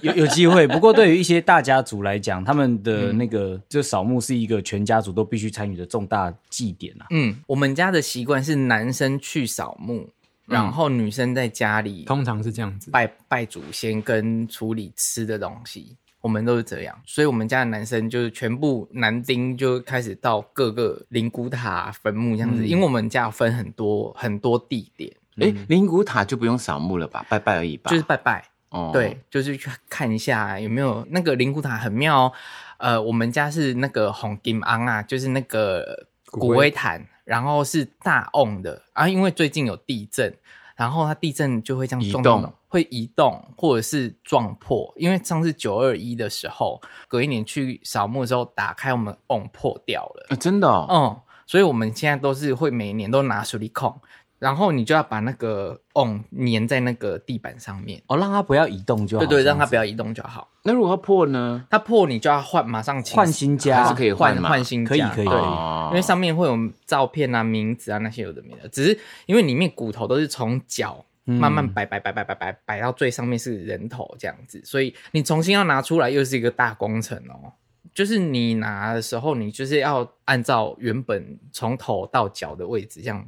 Speaker 3: 有有机会。不过对于一些大家族来讲，他们
Speaker 1: 嗯
Speaker 3: 的那个、就扫墓是一个全家族都必须参与的重大祭典啊。
Speaker 1: 嗯，我们家的习惯是男生去扫墓，然后女生在家里
Speaker 4: 嗯通常是这样子，
Speaker 1: 拜拜祖先跟处理吃的东西，我们都是这样。所以我们家的男生就是全部男丁就开始到各个灵骨塔、坟墓这样子，因为我们家有分很多很多地点，
Speaker 2: 哎，灵骨塔就不用扫墓了吧，拜拜而已吧。
Speaker 1: 就是拜拜。
Speaker 2: 哦，
Speaker 1: 对，就是去看一下有没有那个灵骨塔很妙、哦。呃，我们家是那个红金昂啊，就是那个
Speaker 4: 骨
Speaker 1: 骨
Speaker 4: 灰
Speaker 1: 灰坛，然后是大瓮的啊，因为最近有地震，然后它地震就会这样
Speaker 2: 移
Speaker 1: 撞
Speaker 2: 动
Speaker 1: 到会移动或者是撞破。因为上次九二一的时候，隔一年去扫墓的时候打开我们瓮破掉了。
Speaker 2: 啊，真的哦，
Speaker 1: 嗯，所以我们现在都是会每年都拿水力控，然后你就要把那个瓮粘在那个地板上面，
Speaker 3: 哦，让它不要移动就好。
Speaker 1: 对对，
Speaker 3: 这样
Speaker 1: 让它
Speaker 3: 子
Speaker 1: 不要移动就好。
Speaker 2: 那如果要破呢？
Speaker 1: 它破你就要换，马上请
Speaker 3: 换新家
Speaker 2: 还是可以换
Speaker 1: 换
Speaker 2: 嘛
Speaker 1: 换新家，
Speaker 3: 可以可
Speaker 1: 对
Speaker 3: 以可以
Speaker 2: 哦
Speaker 1: 因为上面会有照片啊、名字啊那些有的没的，只是因为里面骨头都是从脚
Speaker 3: 嗯
Speaker 1: 慢慢摆摆摆摆摆摆摆到最上面是人头这样子，所以你重新要拿出来又是一个大工程哦。就是你拿的时候，你就是要按照原本从头到脚的位置这样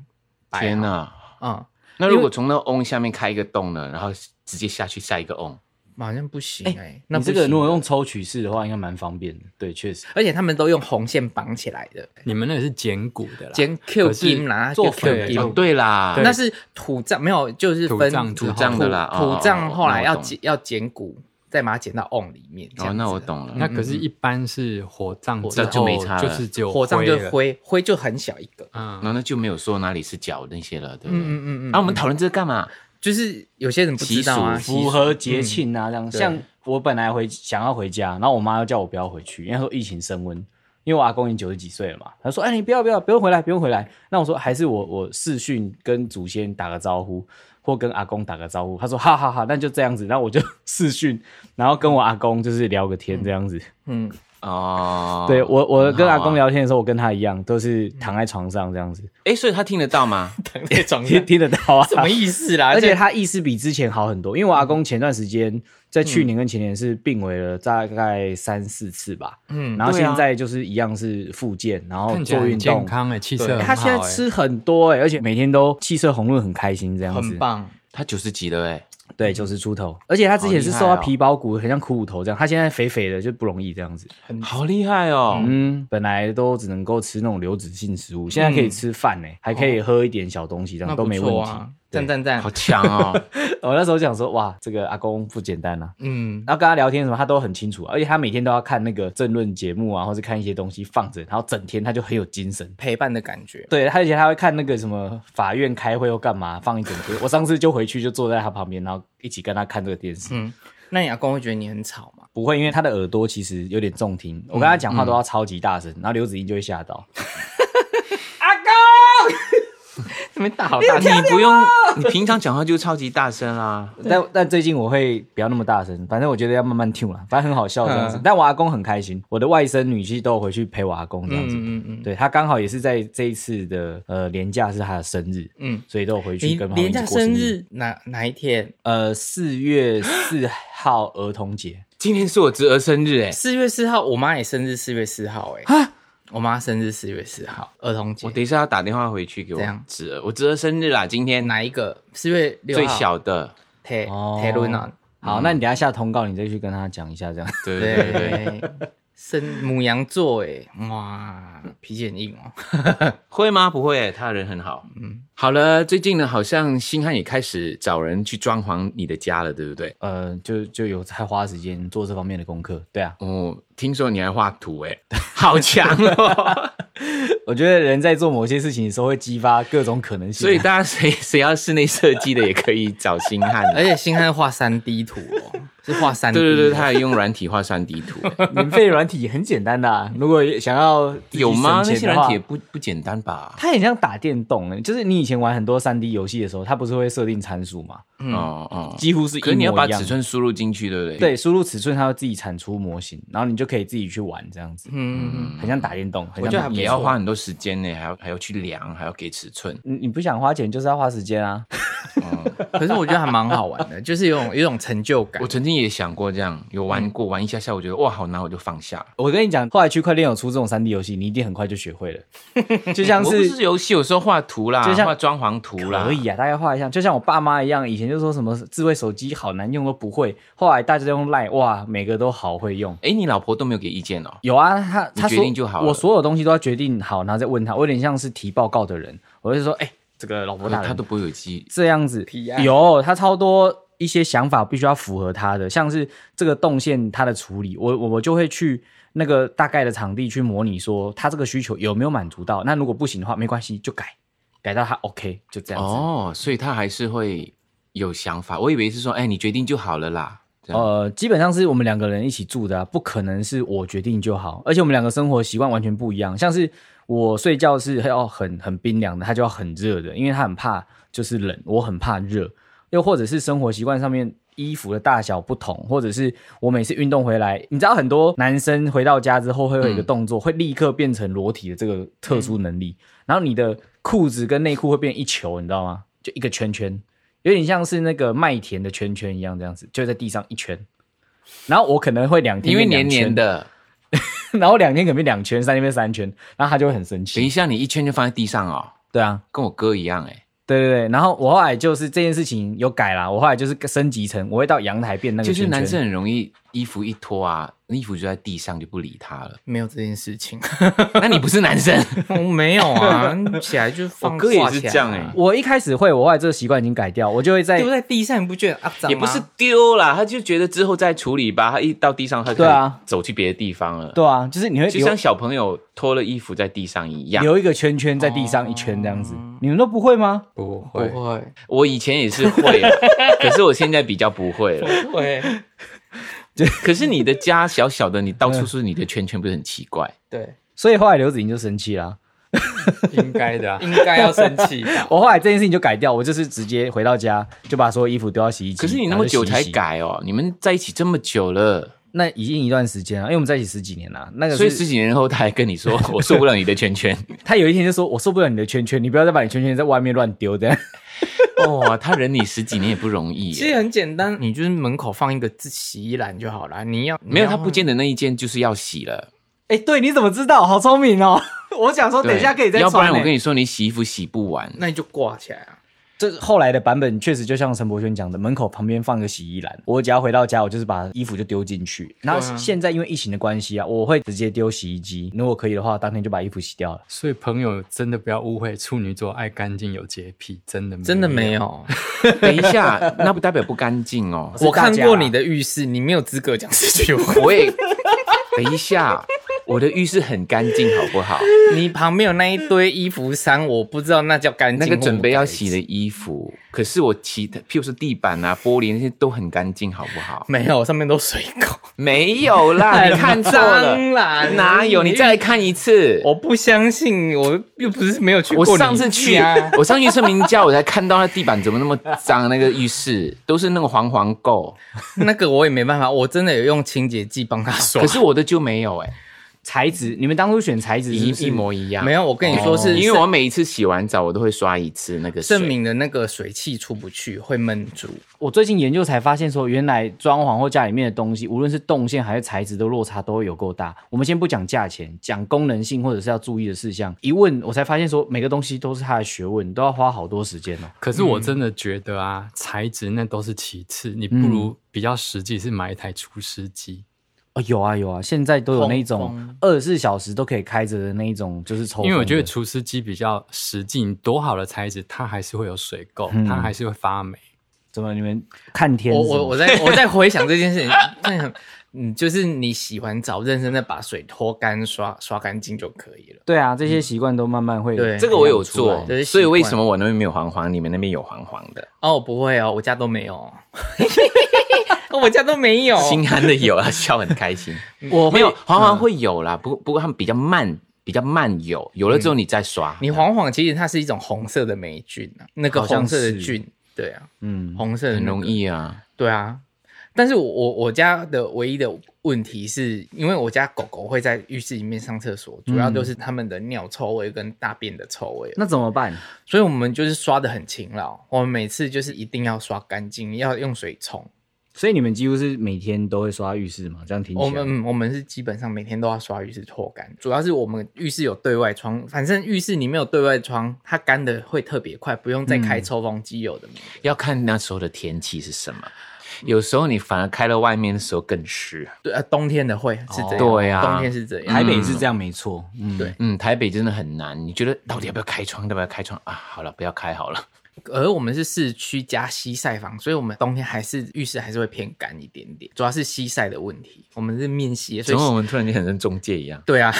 Speaker 1: 摆。
Speaker 2: 天，哪，
Speaker 1: 嗯，
Speaker 2: 那如果从那瓮下面开一个洞呢，然后直接下去下一个瓮，
Speaker 1: 好像不行哎、那
Speaker 3: 你
Speaker 1: 不
Speaker 3: 这个
Speaker 1: 行
Speaker 3: 如果
Speaker 1: 的
Speaker 3: 用抽取式的话，应该蛮方便的。对，确实。
Speaker 1: 而且他们都用红线绑起来的，
Speaker 4: 你们那个是剪骨的啦，
Speaker 1: 捡 Q
Speaker 4: 可是
Speaker 1: 金拿
Speaker 3: 做
Speaker 1: 就 Q
Speaker 3: 粉
Speaker 1: 金
Speaker 2: 哦，对啦，
Speaker 1: 那是土葬，没有就是
Speaker 4: 土
Speaker 1: 分
Speaker 4: 葬之后
Speaker 2: 土葬的啦
Speaker 1: 土
Speaker 2: 哦
Speaker 1: 土葬后来
Speaker 2: 那我
Speaker 1: 要
Speaker 2: 懂
Speaker 1: 剪要剪骨，再把它剪到瓮里面。这
Speaker 2: 哦，
Speaker 1: 样
Speaker 2: 那我
Speaker 1: 子。嗯
Speaker 2: 懂了
Speaker 4: 那。可是，一般是火葬之
Speaker 2: 那
Speaker 4: 后
Speaker 2: 就没差了
Speaker 4: 就是只有
Speaker 1: 火葬就
Speaker 4: 了，
Speaker 1: 灰，灰就很小一个。
Speaker 4: 嗯，
Speaker 2: 那那就没有说哪里是脚那些了，对不对？
Speaker 1: 嗯嗯嗯嗯，
Speaker 2: 啊，我们讨论这个干嘛？
Speaker 1: 就是有些人不知道啊，
Speaker 2: 习
Speaker 1: 习
Speaker 3: 符
Speaker 1: 俗
Speaker 3: 合节庆啊，这样。像我本来回想要回家，然后我妈又叫我不要回去，因为她说疫情升温，因为我阿公已经九十几岁了嘛，她说：“哎，你不要不要，不用回来，不用回来。”那我说还是我我视讯跟祖先打个招呼，或跟阿公打个招呼。她说：“哈哈哈，那就这样子。”那我就 *laughs* 视讯，然后跟我阿公就是聊个天这样子。
Speaker 1: 嗯，
Speaker 2: 哦，
Speaker 3: *laughs* 对我我跟阿
Speaker 2: 很好
Speaker 3: 公
Speaker 2: 啊，
Speaker 3: 聊天的时候，我跟他一样，都是躺在床上这样子，
Speaker 2: 哎，所以他听得到吗？
Speaker 1: *laughs* 躺在床 *laughs*
Speaker 3: 听 *laughs*
Speaker 1: 上
Speaker 3: 听得到啊？
Speaker 1: 嗯什么意思啦？
Speaker 3: 而且
Speaker 1: 这
Speaker 3: 他意识比之前好很多，因为我阿公前段时间在去年跟前年是病危了大概三四次吧，
Speaker 1: 嗯
Speaker 3: 然后
Speaker 2: 对啊
Speaker 3: 现在就是一样是复健，然后
Speaker 4: 看起来
Speaker 3: 做运
Speaker 4: 很健
Speaker 3: 动。
Speaker 4: 康哎，气色很
Speaker 1: 对
Speaker 4: 好欸
Speaker 3: 他现欸在吃很多哎、而且每天都气色红润，很开心这样
Speaker 1: 很
Speaker 3: 子。
Speaker 1: 棒，
Speaker 2: 他九十几了，哎，
Speaker 3: 对，九十出头，而且他之前是瘦
Speaker 2: 好
Speaker 3: 到
Speaker 2: 厉害哦
Speaker 3: 皮包骨，很像苦骨头这样，他现在肥肥的就不容易这样子。
Speaker 2: 好厉害哦！
Speaker 3: 嗯，本来都只能够吃那种流质性食物，现在可以吃饭呢、还可以喝一点小东西，这样、
Speaker 1: 那
Speaker 3: 都
Speaker 1: 不
Speaker 3: 没问
Speaker 1: 错
Speaker 3: 题。 *laughs*
Speaker 1: 啊，赞赞
Speaker 2: *laughs*
Speaker 1: 赞
Speaker 2: 好，强哦！
Speaker 3: 我那时候讲说，哇，这个阿公不简单啊。
Speaker 1: 嗯，
Speaker 3: 然后跟他聊天什么，他都很清楚，啊而且他每天都要看那个政论节目啊，或是看一些东西放着，然后整天他就很有精神。
Speaker 1: 陪伴的感觉，
Speaker 3: 对，他而且他会看那个什么法院开会又干嘛，放一整天。我上次就回去就坐在他旁边，然后一起跟他看这个电视。
Speaker 1: 嗯，那你阿公会觉得你很吵吗？
Speaker 3: 不会，因为他的耳朵其实有点重听，我跟他讲话都要超级大声，然后刘子英就会吓到。
Speaker 1: 这边大好大
Speaker 2: 你不用，你平常讲话就超级大声啦。
Speaker 3: 但但最近我会不要那么大声，反正我觉得要慢慢听啦，反正很好笑这样子。
Speaker 1: 嗯
Speaker 3: 但我阿公很开心，我的外甥女婿都有回去陪我阿公这样子。
Speaker 1: 嗯嗯嗯
Speaker 3: 对他刚好也是在这一次的呃年假是他的生日，
Speaker 1: 嗯，
Speaker 3: 所以都有回去
Speaker 1: 你
Speaker 3: 跟他们一
Speaker 1: 连
Speaker 3: 起
Speaker 1: 假
Speaker 3: 过
Speaker 1: 生日哪哪一天？
Speaker 3: 呃，四月四号儿童节，
Speaker 2: 今天是我侄儿生日哎，
Speaker 1: 四月四号，我妈也生日四月四号、欸，哎，我妈生日四月四号，儿童
Speaker 2: 啊
Speaker 1: 节
Speaker 2: 我。等一下要打电话回去给我
Speaker 1: 怎样
Speaker 2: 侄儿，我侄儿生日啦，今天
Speaker 1: 哪一个？四月六
Speaker 2: 最
Speaker 1: 号
Speaker 2: 小的，
Speaker 1: 泰
Speaker 3: 哦
Speaker 1: 泰伦啊，
Speaker 3: 好，那你等一下下通告，你再去跟他讲一下这样。
Speaker 2: 对对对，
Speaker 1: 对，生母羊座，哎，哇，脾气很硬哦。
Speaker 2: 会吗？不会，他人很好。嗯，好了，最近呢，好像星汉也开始找人去装潢你的家了，对不对？
Speaker 3: 呃，就就有在花时间做这方面的功课。对啊，
Speaker 2: 哦，听说你还画图哎，好强哦！
Speaker 3: 我觉得人在做某些事情的时候会激发各种可能性啊。
Speaker 2: 所以大家 *laughs* 谁谁要室内设计的也可以找星汉
Speaker 1: 而
Speaker 2: 的。
Speaker 1: 且星汉画三 D 图
Speaker 2: *laughs*
Speaker 1: 哦，是画三 D，
Speaker 2: 哎对对对，
Speaker 1: 哦
Speaker 2: 他还用软体画三 D *laughs* 图，哎
Speaker 3: *laughs* 免费软体很简单的、啊，如果想要自己
Speaker 2: 有吗？那
Speaker 3: 省
Speaker 2: 些
Speaker 3: 钱的
Speaker 2: 软
Speaker 3: 话
Speaker 2: 体也不不简单吧？
Speaker 3: 它很像打电动欸，就是你以前玩很多三 D 游戏的时候，它不是会设定参数嘛，
Speaker 2: 哦哦，
Speaker 3: 几乎是一
Speaker 2: 可是你要
Speaker 3: 模
Speaker 2: 把
Speaker 3: 一样
Speaker 2: 尺寸输入进去，对不对？
Speaker 3: 对输入尺寸，它会自己产出模型，然后你就可以自己去玩这样子，
Speaker 1: 嗯，
Speaker 3: 很像打电动。
Speaker 2: 我
Speaker 3: 很像
Speaker 2: 觉得
Speaker 3: 打
Speaker 2: 还也
Speaker 3: 电
Speaker 2: 要
Speaker 3: 动
Speaker 2: 花很多时间呢，还要还要去量，还要给尺寸。
Speaker 3: 你你不想花钱，就是要花时间啊。
Speaker 1: 可是我觉得还蛮好
Speaker 2: *laughs*
Speaker 1: 玩的，就是有种有一种成就感
Speaker 2: 我。曾经也想过这样，有玩过，玩一下下，我觉得哇好难，我就放下了。
Speaker 3: 我跟你讲，后来区块链有出这种三 D 游戏，你一定很快就学
Speaker 2: *laughs*
Speaker 3: 会了，就像
Speaker 2: 我不
Speaker 3: 是
Speaker 2: 是游戏，有时候画图啦，
Speaker 3: 就像
Speaker 2: 画装潢图啦，
Speaker 3: 可以啊，大概画一下，就像我爸妈一样，以前就说什么智慧手机好难用都不会，后来大家都用 Line，哇，每个都好会用。
Speaker 2: 哎，你老婆都没有给意见哦。
Speaker 3: 有啊，他
Speaker 2: 你
Speaker 3: 他
Speaker 2: 决
Speaker 3: 说
Speaker 2: 定就好了
Speaker 3: 我所有东西都要决定好，然后再问他，我有点像是提报告的人，我就说，哎、这个老婆大人，
Speaker 2: 她都不会有记，
Speaker 3: 这样子
Speaker 1: 提案，
Speaker 3: 有他超多一些想法必须要符合他的，像是这个动线它的处理，我我我就会去那个大概的场地去模拟说他这个需求有没有满足到，那如果不行的话没关系就改，改到他 OK 就这样子。
Speaker 2: 哦，所以她还是会有想法。我以为是说，哎，你决定就好了啦。这样
Speaker 3: 呃，基本上是我们两个人一起住的啊、不可能是我决定就好。而且我们两个生活习惯完全不一样，像是我睡觉是要很很冰凉的，他就要很热的，因为他很怕就是冷，我很怕热。又或者是生活习惯上面衣服的大小不同，或者是我每次运动回来，你知道很多男生回到家之后会有
Speaker 2: 嗯
Speaker 3: 一个动作，会立刻变成裸体的这个特殊能力，然后你的裤子跟内裤会变一球，你知道吗？就一个圈圈。有点像是那个麦田的圈圈一样，这样子就在地上一圈。然后我可能会两天，
Speaker 2: 因为黏黏，的，
Speaker 3: *laughs* 然后两天可能变两圈，三天变三圈，然后他就会很生
Speaker 2: 等一
Speaker 3: 气。
Speaker 2: 下你一圈就放在地上哦，
Speaker 3: 对啊，
Speaker 2: 跟我哥一样哎，
Speaker 3: 对对对。然后我后来就是这件事情有改啦，我后来就是升级成我会到阳台变那个
Speaker 2: 就
Speaker 3: 圈圈。
Speaker 2: 是男生很容易衣服一脱啊，衣服就在地上就不理他了。 *laughs*
Speaker 1: 没有这件事情， *laughs*
Speaker 2: 那你不是男
Speaker 3: *laughs*
Speaker 2: 生？
Speaker 1: 我没有啊，你起来就放
Speaker 2: 我哥也
Speaker 1: 挂
Speaker 2: 是
Speaker 1: 起来
Speaker 2: 这样
Speaker 1: 啊
Speaker 2: 欸
Speaker 3: 我一开始会，我后来这个习惯已经改掉，我就会在
Speaker 1: 丢在地上，你不觉得肮脏吗？
Speaker 2: 也不是丢啦，他就觉得之后再处理吧。他一到地上，他就
Speaker 3: 对啊
Speaker 2: 走去别的地方了。
Speaker 3: 对啊，就是你会
Speaker 2: 就
Speaker 3: 留
Speaker 2: 像小朋友脱了衣服在地上一样。
Speaker 3: 留一个圈圈在地上一圈这样子，
Speaker 2: 哦
Speaker 3: 你们都不会吗？
Speaker 4: 不
Speaker 1: 不
Speaker 4: *laughs* 会，
Speaker 1: 会
Speaker 2: 我以前也是会
Speaker 3: *laughs*
Speaker 2: 啦，可是我现在比较不会了。
Speaker 1: 不会，
Speaker 2: 可是你的家小小的，你到处是你的圈圈，不是很奇怪？
Speaker 1: 对，
Speaker 3: 所以后来刘子莹就生气啦。
Speaker 4: 应该的啊。
Speaker 1: 应该要生气吧
Speaker 3: 我后来这件事情就改掉，我就是直接回到家就把所有衣服丢到洗衣机。
Speaker 2: 可是你那么久
Speaker 3: 然后
Speaker 2: 才
Speaker 3: 就洗一洗
Speaker 2: 改哦，你们在一起这么久了，
Speaker 3: 那已经一段时间了，因为我们在一起十几年了。那个
Speaker 2: 所以
Speaker 3: 是
Speaker 2: 十几年后他还跟你说我受不了你的圈圈，
Speaker 3: 他有一天就说：“我受不了你的圈圈，你不要再把你圈圈在外面乱丢。”这样
Speaker 2: 哇，他忍你十几年也不容易
Speaker 1: *laughs* 其
Speaker 2: 耶。
Speaker 1: 实很简单，你就是门口放一个自洗衣篮就好了。你要
Speaker 2: 没有，
Speaker 1: 你
Speaker 2: 他
Speaker 1: 要
Speaker 2: 不见得那一件就是要洗了。
Speaker 3: *laughs* 哎、对，你怎么知道？好聪明哦！我想说，
Speaker 2: 对
Speaker 3: 等一下可以再
Speaker 2: 要
Speaker 3: 穿、
Speaker 2: 不然我跟
Speaker 3: 你
Speaker 2: 你说，你洗衣服洗不完。
Speaker 1: 那你就挂起来啊。
Speaker 3: 这后来的版本确实就像陈柏轩讲的，门口旁边放个洗衣篮，我只要回到家，我就是把衣服就丢进去。然
Speaker 2: 啊
Speaker 3: 后现在因为疫情的关系啊，我会直接丢洗衣机，如果可以的话，当天就把衣服洗掉了。
Speaker 4: 所以朋友真的不要误会，处女座爱干净有洁癖，真的
Speaker 1: 真的没。有。
Speaker 2: 等一下， *laughs* 那不代表不干净哦。
Speaker 1: 我
Speaker 3: 大
Speaker 1: 看
Speaker 3: 家
Speaker 1: 过
Speaker 3: 啊
Speaker 1: 你的浴室，你没有资格讲这句话。
Speaker 2: 我也 *laughs* 等一下，我的浴室很干净，好不好？
Speaker 1: *laughs* 你旁边有那一堆衣服衫，我不知道那叫干净
Speaker 2: 那
Speaker 1: 或不干
Speaker 2: 个
Speaker 1: 净。
Speaker 2: 准备要洗的衣服，可是我其他，譬如说地板啊、玻璃那些都很干净，好不好？
Speaker 1: 没有，上面都水 *laughs* 垢。
Speaker 2: 没有啦，
Speaker 1: *laughs* 很
Speaker 2: 你看错了
Speaker 1: 脏啦，
Speaker 2: 哪有？
Speaker 1: 你
Speaker 2: 你再来看一次。
Speaker 1: 我不相信，我又不是没有去过
Speaker 2: 我
Speaker 1: 你家。
Speaker 2: 上次去， *laughs* 我上去村民家，我才看到那地板怎么那么脏，那个浴室都是那个黄黄垢，
Speaker 1: *laughs* 那个我也没办法，我真的有用清洁剂帮他刷
Speaker 2: 可。是我的就没有哎、
Speaker 3: 材质，你们当初选材质
Speaker 2: 一
Speaker 3: 是不是
Speaker 2: 一模一样。
Speaker 1: 没有，我跟你说是
Speaker 2: 哦因为我每一次洗完澡，我都会刷一次那个水
Speaker 1: 证。明的那个水汽出不去，会闷住。
Speaker 3: 我最近研究才发现，说原来装潢或家里面的东西，无论是动线还是材质的落差都会有够大。我们先不讲价钱，讲功能性或者是要注意的事项。一问我才发现，说每个东西都是它的学问，都要花好多时间哦。
Speaker 4: 可是我真
Speaker 1: 嗯
Speaker 4: 的觉得啊，材质那都是其次，你不如比较实际是买一台除湿机，
Speaker 3: 哦，有啊有啊，现在都有那种
Speaker 1: 通
Speaker 3: 二十四小时都可以开着的那一种，就是抽风的。
Speaker 4: 因为我觉得除湿机比较实际。你多好的材质，它还是会有水垢，它还是会发霉。
Speaker 3: 怎么你们看天
Speaker 1: 我
Speaker 3: 是吗，
Speaker 1: 我我在我在回想这件事情， *laughs* 真的很嗯，就是你洗完澡，认真的把水拖干、刷刷干净就可以了。
Speaker 3: 对啊，这些习惯都慢慢会、
Speaker 1: 对
Speaker 2: 这个我有做
Speaker 1: 这是，习惯
Speaker 2: 所以为什么我那边没有黄黄，你们那边有黄黄的？
Speaker 1: 哦，不会哦，我家都
Speaker 2: *laughs*
Speaker 1: 没有，我家都没有。
Speaker 2: 心安的有啊，笑很开心。
Speaker 3: 我
Speaker 2: 没
Speaker 3: 会
Speaker 2: 有黄
Speaker 1: 嗯
Speaker 2: 黄会有啦，不过不过他们比较慢，比较慢有，有了之后你再刷。
Speaker 1: 嗯你黄黄其实它是一种红色的霉菌啊，那个
Speaker 3: 好像
Speaker 1: 红色的
Speaker 3: 是
Speaker 1: 菌，对啊，
Speaker 3: 嗯，
Speaker 1: 红色的
Speaker 2: 很
Speaker 1: 那
Speaker 2: 容
Speaker 1: 个
Speaker 2: 易啊，
Speaker 1: 对啊，但是我我我家的唯一的问题是，因为我家狗狗会在浴室里面上厕所，主要就是它们的尿臭味跟大便的臭味，
Speaker 3: 嗯那怎么办？
Speaker 1: 所以我们就是刷的很勤劳，我们每次就是一定要刷干净，要用水冲。
Speaker 3: 所以你们几乎是每天都会刷浴室嘛？这样听
Speaker 1: 我
Speaker 3: 起来，
Speaker 1: 们嗯我们是基本上每天都要刷浴室拖干，主要是我们浴室有对外窗，反正浴室你没有对外窗，它干的会特别快，不用再开
Speaker 3: 嗯
Speaker 1: 抽风机有的。
Speaker 2: 要看那时候的天气是什么。有时候你反而开到外面的时候更湿。
Speaker 1: 对啊，冬天的会是这样，
Speaker 2: 对啊
Speaker 1: 冬天是这样。
Speaker 3: 哦
Speaker 1: 嗯
Speaker 3: 台北是这样没错，嗯，
Speaker 1: 对
Speaker 2: 嗯，台北真的很难。你觉得到底要不要开窗？要不要开窗啊？好了，不要开好了。
Speaker 1: 而我们是市区加西晒房，所以我们冬天还是浴室还是会偏干一点点，主要是西晒的问题。我们是面西，所
Speaker 2: 怎
Speaker 1: 以
Speaker 2: 么我们突然间很像中介一样？
Speaker 1: 对啊，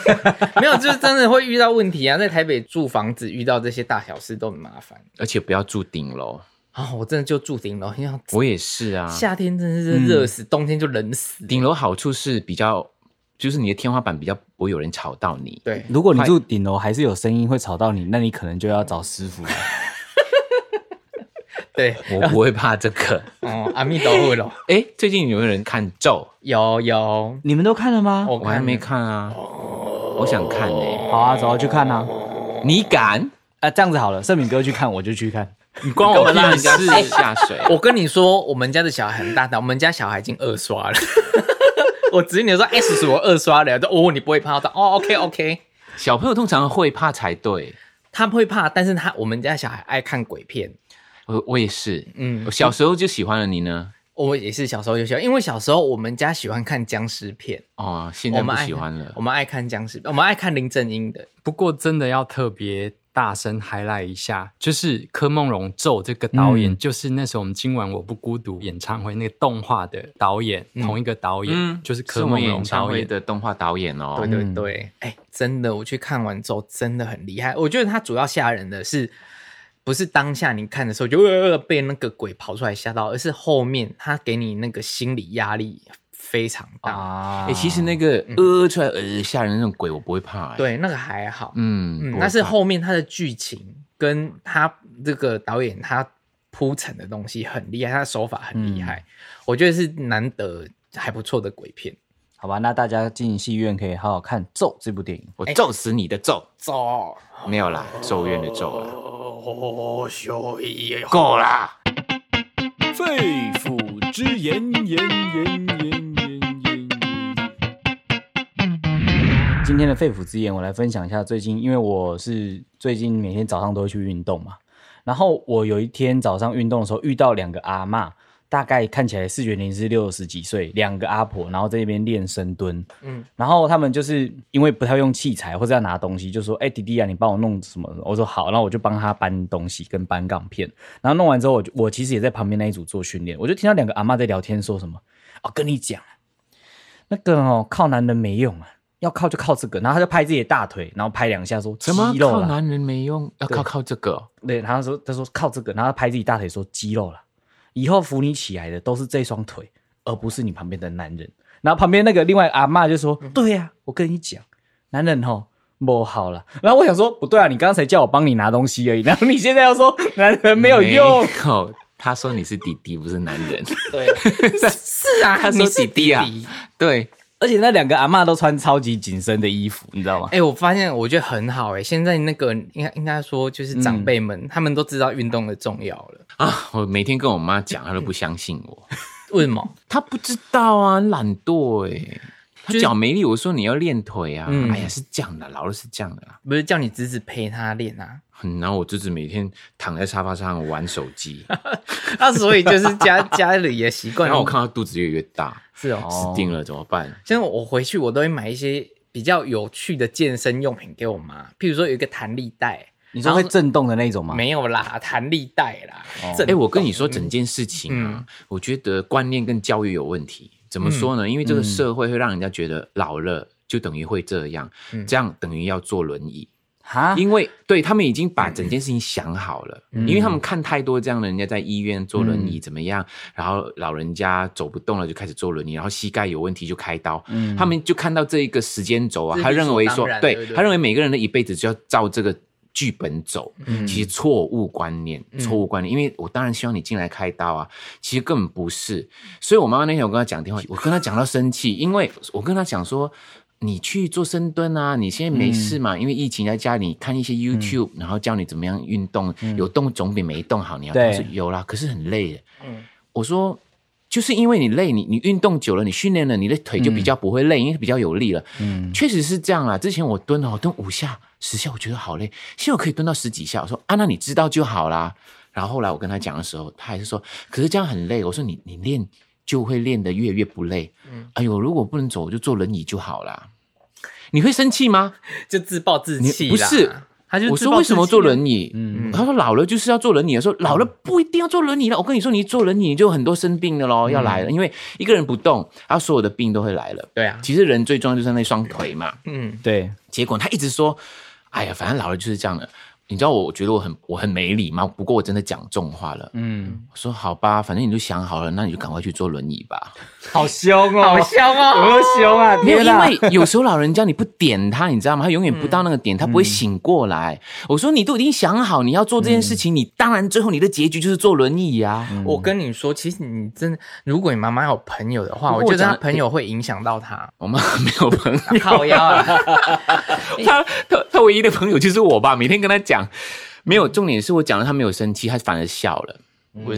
Speaker 1: *laughs* 没有就是真的会遇到问题啊，在台北住房子遇到这些大小事都很麻烦
Speaker 2: 而且不要住顶楼，
Speaker 1: 啊、我真的就住顶楼，因为
Speaker 2: 我也是啊。
Speaker 1: 夏天真的是热死，冬天就冷死。
Speaker 2: 顶楼好处是比较，就是你的天花板比较不会有人吵到你。
Speaker 1: 对，
Speaker 3: 如果你住顶楼还是有声音会吵到你，那你可能就要找师傅了。
Speaker 1: 对，
Speaker 2: 我不会怕这 *laughs* 个。
Speaker 1: 哦，阿弥陀佛咯，
Speaker 2: 哎，最近有没有人看咒？
Speaker 1: 有有，
Speaker 3: 你们都看了吗？
Speaker 1: 我
Speaker 2: 我还没看啊，我想看呢、
Speaker 3: 哦好啊，走啊，去看啊。
Speaker 2: 你敢？
Speaker 3: 啊，这样子好了，盛敏哥去看，我就去看。
Speaker 2: 你光我让人家
Speaker 1: 屁
Speaker 2: 试
Speaker 1: 事
Speaker 2: 下 *laughs* 水？
Speaker 1: *laughs* 我跟你说，我们家的小孩很大胆，我们家小孩已经二刷了。 *laughs* 我侄女说：“哎、叔叔，我二刷了。”就哦，你不会怕？我说：“哦，OK OK。
Speaker 2: 小朋友通常会怕才对。”
Speaker 1: 他不会怕，但是他我们家小孩爱看鬼片。
Speaker 2: 我我也是，
Speaker 1: 嗯
Speaker 2: 我小时候就喜欢了你呢。
Speaker 1: 我也是小时候就喜欢，因为小时候我们家喜欢看僵尸片，
Speaker 2: 哦，现
Speaker 1: 我
Speaker 2: 在
Speaker 1: 们
Speaker 2: 不
Speaker 1: 爱
Speaker 2: 喜欢了
Speaker 1: 我。们爱看僵尸，我们爱看林正英的。
Speaker 4: 不过真的要特别大声 highlight 一下，就是柯梦荣咒这个导演，就是那时候我们今晚我不孤独演唱会那个动画的导演，同一个导演，
Speaker 1: 嗯
Speaker 4: 就是
Speaker 2: 嗯是
Speaker 4: 柯
Speaker 2: 我们
Speaker 4: 梦
Speaker 2: 演
Speaker 4: 荣
Speaker 2: 唱
Speaker 4: 导
Speaker 2: 会
Speaker 4: 演。
Speaker 2: 的动画导演哦。
Speaker 1: 对对对，哎、真的，我去看完之后真的很厉害。我觉得他主要吓人的是，不是当下你看的时候就、呃、被那个鬼跑出来吓到，而是后面他给你那个心理压力非常大。
Speaker 3: 啊
Speaker 2: 哎、其实那个呃出来呃吓人的那种鬼，我不会怕、哎，
Speaker 1: 对，那个还好，
Speaker 2: 嗯，
Speaker 1: 嗯
Speaker 2: 不，会
Speaker 1: 但是
Speaker 2: 怕
Speaker 1: 后面他的剧情跟他这个导演他铺陈的东西很厉害，他的手法很
Speaker 2: 嗯
Speaker 1: 厉害，我觉得是难得还不错的鬼片。
Speaker 3: 好吧，那大家进戏院可以好好看《咒》这部电影。
Speaker 1: 哎
Speaker 2: 我咒死你的咒，
Speaker 1: 走，
Speaker 2: 没有啦，咒怨的咒啦，
Speaker 1: 哦，修一
Speaker 2: 够啦。
Speaker 5: 肺腑之言，言言言言言言。
Speaker 3: 今天的肺腑之言，我来分享一下最近，因为我是最近每天早上都会去运动嘛，然后我有一天早上运动的时候遇到两个阿嬷，大概看起来视觉年龄是六十几岁，两个阿婆，然后在那边练深蹲。
Speaker 1: 嗯
Speaker 3: 嗯，然后他们就是因为不太会用器材或者要拿东西，就说：“哎、弟弟啊，你帮我弄什么？”我说：“好。”然后我就帮他搬东西跟搬杠片。然后弄完之后，我就我其实也在旁边那一组做训练，我就听到两个阿嬷在聊天，说什么：“哦，跟你讲，啊那个哦，靠男人没用啊。”要靠就靠这个，然后他就拍自己的大腿，然后拍两下说：“
Speaker 2: 怎么
Speaker 3: 肌肉
Speaker 2: 靠
Speaker 3: 啦
Speaker 2: 男人没用，要靠靠这个
Speaker 1: *laughs*
Speaker 2: 哦、
Speaker 3: 对，然后说他说靠这个，然后他拍自己大腿说肌肉了，以后扶你起来的都是这双腿，而不是你旁边的男人。然后旁边那个另外阿嬷就说：“
Speaker 1: 嗯
Speaker 3: 对呀、我跟你讲，男人吼不好了。”然后我想说不对啊，你刚才叫我帮你拿东西而已，然后你现在要
Speaker 1: *laughs*
Speaker 3: 说男人没
Speaker 2: *laughs*
Speaker 3: 有用，
Speaker 2: 没有。他说你是弟弟，不是男人。
Speaker 1: 对，
Speaker 2: *laughs*
Speaker 1: 是啊，
Speaker 2: 他说
Speaker 1: 你
Speaker 2: 弟
Speaker 1: 是
Speaker 2: 弟啊对，
Speaker 3: 而且那两个阿嬷都穿超级紧身的衣服，你知道吗？
Speaker 1: *laughs* 哎、我发现我觉得很好哎、现在那个应该应该说
Speaker 2: 嗯
Speaker 1: 就是长辈们，他们都知道运动的重要了。
Speaker 2: 啊，我每天跟我妈讲，她都不相信我。
Speaker 1: 为什么？
Speaker 2: 她不知道啊，懒惰哎、她
Speaker 1: 就是
Speaker 2: 脚没力，我说你要练腿啊。
Speaker 1: 嗯
Speaker 2: 哎呀，是这样的，老了是这样的啦。
Speaker 1: 不是叫你侄子陪他练啊？
Speaker 2: 嗯然后我就是每天躺在沙发上玩手
Speaker 1: *laughs*
Speaker 2: 机，
Speaker 1: 那啊所以就是
Speaker 2: *laughs*
Speaker 1: 家家里也习惯。
Speaker 2: 然后我看她肚子越来越大，
Speaker 1: 是哦，
Speaker 2: 死定了，怎么办？
Speaker 1: 像我回去我都会买一些比较有趣的健身用品给我妈，譬如说有一个弹力带，
Speaker 3: 你说会震动的那种吗？
Speaker 1: 没有啦，弹力带啦。哎
Speaker 2: 哎、我跟你说，整件事情啊，
Speaker 1: 嗯
Speaker 2: 我觉得观念跟教育有问题。怎么说呢？
Speaker 1: 嗯
Speaker 2: 因为这个社会会让人家觉得老了就等于会这样，
Speaker 1: 嗯
Speaker 2: 这样等于要坐轮椅。
Speaker 3: 哈，
Speaker 1: 啊
Speaker 2: 因为对他们已经把整件事情想好了，
Speaker 1: 嗯
Speaker 2: 因为他们看太多这样的人家在医院坐轮椅怎么样，然后老人家走不动了就开始坐轮椅，然后膝盖有问题就开刀，他们就看到这一个时间轴啊
Speaker 1: 这，是
Speaker 2: 他认为
Speaker 1: 嗯理所
Speaker 2: 说
Speaker 1: 当，然对不对
Speaker 2: 他认为每个人的一辈子就要照这个。剧本走，
Speaker 1: 嗯
Speaker 2: 其实错误观念，错误观念，因为我当然希望你进来开刀啊，其实根本不是。所以我妈妈那天有跟她讲电话，我跟她讲到生气，因为我跟她讲说，你去做深蹲啊，你现在没事嘛，因为疫情在家里看一些 YouTube，、然后教你怎么样运动，有动总比没动好。你要
Speaker 3: 对
Speaker 2: 告诉有啦，可是很累的。
Speaker 1: 嗯
Speaker 2: 我说。就是因为你累，你你运动久了，你训练了，你的腿就比较不会累，因为比较有力了。嗯，确实是这样啦。之前我蹲了，哦我蹲五下、十下，我觉得好累。现在我可以蹲到十几下。我说啊，那你知道就好啦。然后后来我跟他讲的时候，他还是说，可是这样很累。我说你你练就会练得越来越不累。哎呦，如果不能走，我就坐轮椅就好啦。你会生气吗？
Speaker 1: 就自暴自弃
Speaker 2: 你不
Speaker 1: 啦。
Speaker 2: 是
Speaker 1: 他就
Speaker 2: 我
Speaker 1: 自
Speaker 2: 说
Speaker 1: 暴
Speaker 2: 为
Speaker 1: 自
Speaker 2: 什么
Speaker 1: 弃
Speaker 2: 坐
Speaker 1: 啊
Speaker 2: 轮椅？嗯，他说老了就是要坐轮椅。我说老了不一定要坐轮椅了。我跟你说，你一坐轮椅就很多生病的咯，要来了。因为一个人不动，他所有的病都会来了。
Speaker 1: 对啊，
Speaker 2: 其实人最重要就是那双腿嘛。
Speaker 1: 嗯，
Speaker 3: 对，
Speaker 2: 结果他一直说：“哎呀，反正老了就是这样的。”你知道我，我觉得我很我很没礼貌，不过我真的讲重话了。
Speaker 3: 嗯，
Speaker 2: 我说好吧，反正你都想好了，那你就赶快去坐轮椅吧。
Speaker 3: 好凶哦，
Speaker 1: 好香
Speaker 3: 有
Speaker 1: 哦。
Speaker 3: 没有凶啊？
Speaker 2: *laughs* 没有，
Speaker 3: 天
Speaker 2: 因
Speaker 3: 哪！
Speaker 2: 为有时候老人家你不点他，你知道吗？他永远不到那个点，他不会醒过来。我说你都已经想好你要做这件事情，你当然最后你的结局就是坐轮椅啊。
Speaker 1: 我跟你说，其实你真的，如果你妈妈有朋友的话，
Speaker 2: 不
Speaker 1: 我
Speaker 2: 过
Speaker 1: 觉得
Speaker 2: 我
Speaker 1: 她
Speaker 2: 讲
Speaker 1: 朋友会影响到她。
Speaker 2: 我妈没有朋 *laughs* 友，
Speaker 1: 靠腰 *laughs* 啊，
Speaker 2: 他他他唯一的朋友就是我吧，每天跟他讲，没有重点是我讲了他没有生气，他反而笑了。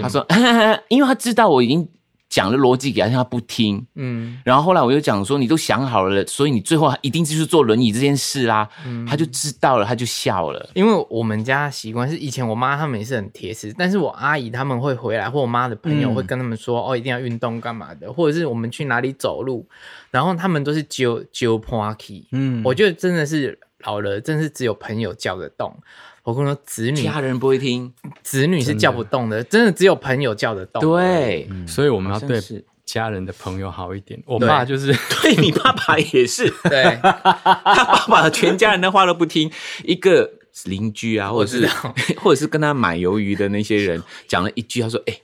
Speaker 2: 他说， *laughs* 因为他知道我已经讲了逻辑给他，但他不听。
Speaker 1: 嗯，
Speaker 2: 然后后来我就讲说，你都想好了，所以你最后一定就是坐轮椅这件事啦。他就知道了，他就笑了。
Speaker 1: 因为我们家习惯是以前我妈他们也是很铁齿，但是我阿姨他们会回来，或我妈的朋友会跟他们说，哦，一定要运动干嘛的，或者是我们去哪里走路，然后他们都是揪揪 party，嗯，我觉得真的是老了，真是只有朋友叫得动。我跟你说，子女
Speaker 2: 家人不会听，
Speaker 1: 子女是叫不动的，真的只有朋友叫得动。，
Speaker 2: 对，
Speaker 4: 所以我们要
Speaker 2: 好像
Speaker 4: 对
Speaker 2: 是
Speaker 4: 家人的朋友好一点。我
Speaker 1: 对
Speaker 4: 爸就是 *laughs*
Speaker 2: 对你爸爸也是，
Speaker 1: 对，
Speaker 2: 他爸爸全家人的话都不听，一个邻居啊，或者
Speaker 1: 我
Speaker 2: 是
Speaker 1: 知道
Speaker 2: *laughs* 或者是跟他买鱿鱼的那些人讲了一句，他说：“哎、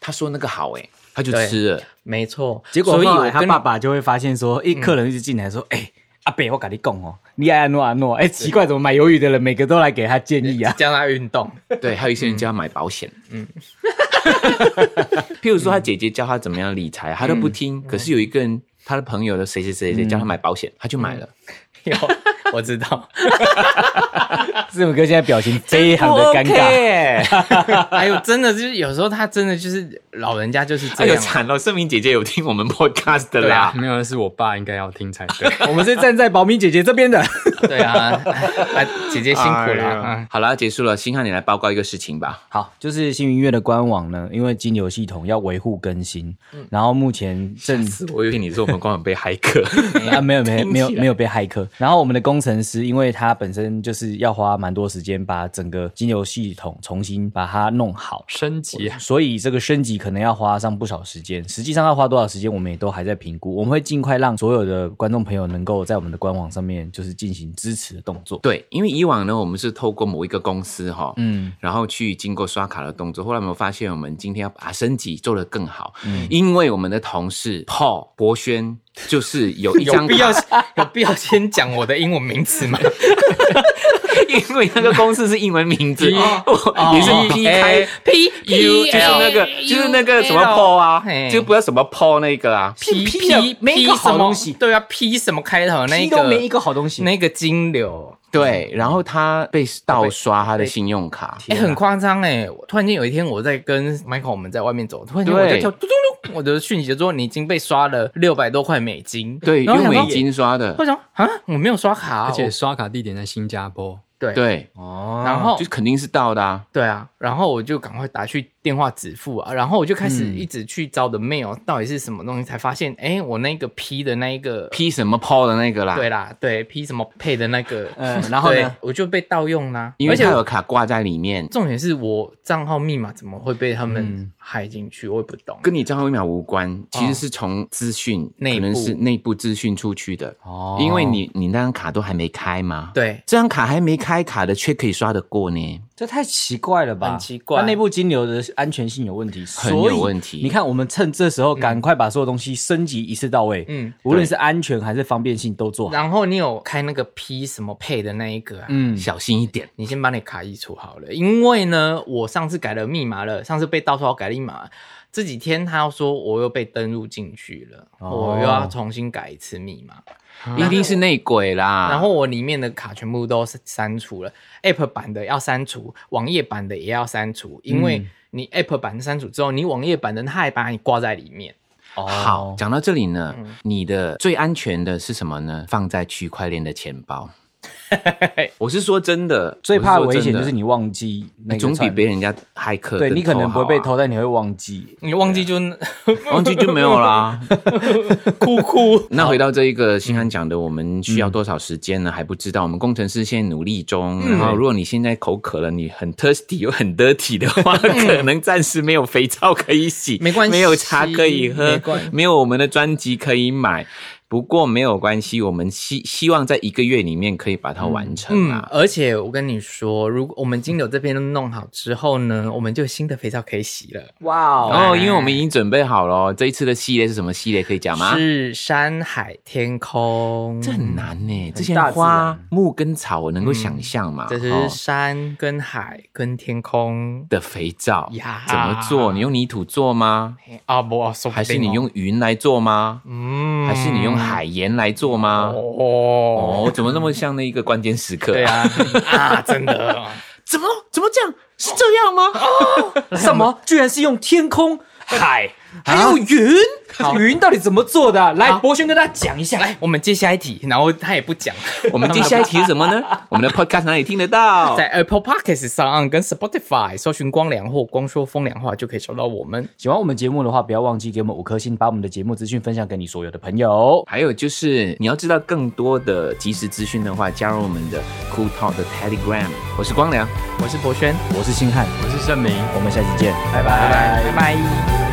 Speaker 2: 他说那个好哎、他就吃了。
Speaker 1: 没错。
Speaker 3: 结果
Speaker 1: 所以
Speaker 3: 后
Speaker 1: 我
Speaker 3: 来他
Speaker 1: 跟
Speaker 3: 爸爸就会发现说，一客人一直进来说，哎、阿北，我跟你讲哦，你爱安诺安诺，哎、奇怪，怎么买鱿鱼的人每个都来给他建议啊？
Speaker 1: *laughs* 教他运动，
Speaker 2: 对，还有一些人叫他买保险，嗯， *laughs* 譬如说他姐姐教他怎么样理财，他都不听。可是有一个人，他的朋友的谁谁谁谁叫他买保险，他就买了。
Speaker 1: 有我知道，
Speaker 3: 志勇哥现在表情非哎常的尴 *laughs* 尬。
Speaker 1: 尬。哎呦，真的就是有时候他真的就是老人家就是
Speaker 2: *laughs* 哎
Speaker 1: 这
Speaker 2: 呦
Speaker 1: 样。啊
Speaker 2: 惨了，盛明姐姐有听我们 podcast 的
Speaker 4: 对啊
Speaker 2: 啦，，
Speaker 4: 没有，是我爸应该要听才对。
Speaker 3: 我们是站在保米姐姐这边的，
Speaker 1: 对啊，哎啊姐姐辛苦了
Speaker 2: 哎呦
Speaker 1: 啊。
Speaker 2: 好了，结束了，星汉你来报告一个事情吧。
Speaker 3: 好，就是新云乐的官网呢，因为金流系统要维护更新，
Speaker 1: 嗯
Speaker 3: 然后目前
Speaker 2: 嗯
Speaker 1: *laughs*
Speaker 3: 正
Speaker 2: 我以为你说我们官网被骇客，
Speaker 3: 啊，没有没有没有
Speaker 2: 听起来
Speaker 3: 没有被骇客。然后我们的工程师，因为他本身就是要花蛮多时间把整个金流系统重新把它弄好，
Speaker 4: 升级
Speaker 3: *laughs*
Speaker 4: 啊，
Speaker 3: 所以这个升级可能要花上不少时间。实际上要花多少时间，我们也都还在评估。我们会尽快让所有的观众朋友能够在我们的官网上面就是进行支持的动
Speaker 2: *laughs*
Speaker 3: 作。
Speaker 2: 对，因为以往呢，我们是透过某一个公司哈、
Speaker 3: 嗯，
Speaker 2: 然后去经过刷卡的动作。后来我们发现，我们今天要把它升级做得更好，因为我们的同事 Paul 博轩就是有一
Speaker 1: 有 *laughs*
Speaker 2: 张
Speaker 1: 必要
Speaker 2: 卡，
Speaker 1: 有必要先讲我的英文名词 *laughs* 吗？
Speaker 2: 因为那个公司是英文名字， *laughs* 我也是 P
Speaker 1: 哎
Speaker 2: 开
Speaker 1: 哦 P
Speaker 2: U，就是那个就是那个什么 Paul 啊
Speaker 1: 嘿，嗯
Speaker 2: 就不要什么 Paul 那个啊，
Speaker 1: P
Speaker 3: P 啊
Speaker 1: P
Speaker 3: 没一
Speaker 1: P
Speaker 3: 个
Speaker 1: 什
Speaker 3: 好
Speaker 1: 么
Speaker 3: 东西？
Speaker 1: 对啊，P 什么开头那
Speaker 3: 一
Speaker 1: 一
Speaker 3: 个
Speaker 1: 个
Speaker 3: 没一个好东西。
Speaker 1: 那个金流，
Speaker 2: 对，然后他被盗刷他的信用卡，
Speaker 1: 哎、很夸张哎！我突然间有一天，我在跟 Michael 我们在外面走，突然间我在
Speaker 2: 对
Speaker 1: 跳嘟嘟嘟，我的讯息就说你已经被刷了六百多块美金，
Speaker 2: 对，
Speaker 1: 然后
Speaker 2: 用
Speaker 1: 我想
Speaker 2: 美
Speaker 1: 说。
Speaker 2: 金刷的
Speaker 1: 我，想啊，我没有刷卡、啊，
Speaker 4: 而且
Speaker 1: 我
Speaker 4: 刷卡地点在新加坡，
Speaker 1: 对，
Speaker 2: 对，
Speaker 3: 哦
Speaker 1: 然后
Speaker 2: 就肯定是盗的啊。
Speaker 1: 对啊，然后我就赶快打去电话支付啊，然后我就开始
Speaker 2: 嗯
Speaker 1: 一直去找我的 mail 到底是什么东西，才发现哎、我那个 P 的那一个
Speaker 2: P 啊什么 Paul 的那个啦，
Speaker 1: 对啦，对 P 什么配的那个，
Speaker 3: 嗯然后呢
Speaker 1: 对，我就被盗用啦，
Speaker 2: 因
Speaker 1: 而
Speaker 2: 为
Speaker 1: 且
Speaker 2: 他有卡挂在里面，
Speaker 1: 重点是我账号密码怎么会被他们害进去，我也不懂。
Speaker 2: 嗯跟你账号密码无关，
Speaker 3: 哦
Speaker 2: 其实是从资讯，
Speaker 1: 内部
Speaker 2: 可能是内部资讯出去的。
Speaker 3: 哦
Speaker 2: 因为你你那张卡都还没开嘛，，
Speaker 1: 对，
Speaker 2: 这张卡还没开，卡的却可以刷得过呢。
Speaker 3: 这太奇怪了吧？
Speaker 1: 很奇怪
Speaker 3: 它内部金流的安全性有问题，
Speaker 2: 很
Speaker 3: 所以
Speaker 2: 有问题
Speaker 3: 你看，我们趁这时候赶快把所有东西升级一次到位，嗯
Speaker 1: 嗯，
Speaker 3: 无论是安全还是方便性都做好。
Speaker 1: 然后你有开那个 P 什么配的那一个、啊，
Speaker 3: 嗯，
Speaker 2: 小心一点，
Speaker 1: 你先把你卡移除好了，因为呢，我上次改了密码了，上次被盗刷我改了密码，这几天他又说我又被登录进去了，
Speaker 3: 哦
Speaker 1: 我又要重新改一次密码，
Speaker 3: 啊
Speaker 2: 一定是内鬼啦。
Speaker 1: 然后我里面的卡全部都是删除了，App 版的要删除，网页版的也要删除，因为你 App 版删除之后，你网页版的他还把你挂在里面。
Speaker 2: 好，
Speaker 3: 哦
Speaker 2: 讲到这里呢，
Speaker 3: 嗯
Speaker 2: 你的最安全的是什么呢？放在区块链的钱
Speaker 3: *laughs*
Speaker 2: 包。我是说真的，
Speaker 3: 最怕
Speaker 2: 我
Speaker 3: 危
Speaker 2: 是说真
Speaker 3: 险
Speaker 2: 的哎
Speaker 3: 就是你忘记那个
Speaker 2: 总比
Speaker 3: 串
Speaker 2: 别人家骇客
Speaker 3: 对
Speaker 2: 更
Speaker 3: 你可能
Speaker 2: 好
Speaker 3: 不
Speaker 2: 啊
Speaker 3: 会被，偷，但你会忘记。
Speaker 1: 你忘记就 *laughs*
Speaker 2: 忘记就没有
Speaker 3: *laughs*
Speaker 2: 啦。
Speaker 1: 啊哭哭，
Speaker 2: 那回到这一个新安讲的，我们需要多少时间呢？还不知道。我们工程师现在努力中。
Speaker 1: 嗯
Speaker 2: 然后，如果你现在口渴了，你很 thirsty 又很 dirty 的话， *laughs* 可能暂时没有肥皂可以洗，
Speaker 1: 嗯没关系
Speaker 2: 没有茶可以喝
Speaker 1: 没关系，
Speaker 2: 没有我们的专辑可以买。不过没有关系，我们希希望在一个月里面可以把它完成
Speaker 1: 嗯，
Speaker 2: 啊。
Speaker 1: 而且我跟你说，如果我们金柳这边都弄好之后呢，我们就有新的肥皂可以洗了。
Speaker 3: 哇
Speaker 2: 哦，因为我们已经准备好了，这一次的系列是什么系列？可以讲吗？
Speaker 1: 是山海天空，
Speaker 2: 这很难
Speaker 1: 嗯
Speaker 2: 呢。之前
Speaker 3: 大自然
Speaker 2: 花木跟草我能够想象嘛，
Speaker 1: 啊这
Speaker 2: 哦
Speaker 1: 是山跟海跟天空
Speaker 2: 的肥皂 *laughs*
Speaker 1: 呀
Speaker 2: 怎么做？你用泥土做吗？
Speaker 1: 嘿啊，不，说不定哦
Speaker 2: 还是你用云来做吗？
Speaker 1: 嗯
Speaker 2: 还是你用海啊盐来做吗？
Speaker 1: 哦，
Speaker 2: 哦，怎么那么像那一个关键时刻？
Speaker 1: 对，啊
Speaker 2: 哦
Speaker 1: 啊，真
Speaker 2: *laughs*
Speaker 1: 的，
Speaker 2: 怎么怎么这样？是这样
Speaker 1: *laughs*
Speaker 2: 吗？
Speaker 3: *laughs* 什么？啊居然是用天空、海还有云，云到底怎么做的啊？来，博轩跟大家讲一下。
Speaker 1: 来，我们接下一题，然后他也不讲，
Speaker 2: 我们接下一题是什么呢？
Speaker 1: *laughs*
Speaker 2: 我们的 podcast 哪里听得到？
Speaker 1: 在 Apple Podcasts 上岸跟 Spotify 搜寻“光良”或“光说风凉话”就可以找到我们。
Speaker 3: 喜欢我们节目的话，不要忘记给我们五颗星，把我们的节目资讯分享给你所有的朋友。
Speaker 2: 还有就是，你要知道更多的即时资讯的话，加入我们的 Cool Talk 的 Telegram。我是光良。
Speaker 1: 我是博轩，
Speaker 3: 我是星汉，
Speaker 4: 我是盛明。
Speaker 3: 我们下期见，拜拜
Speaker 1: 拜拜。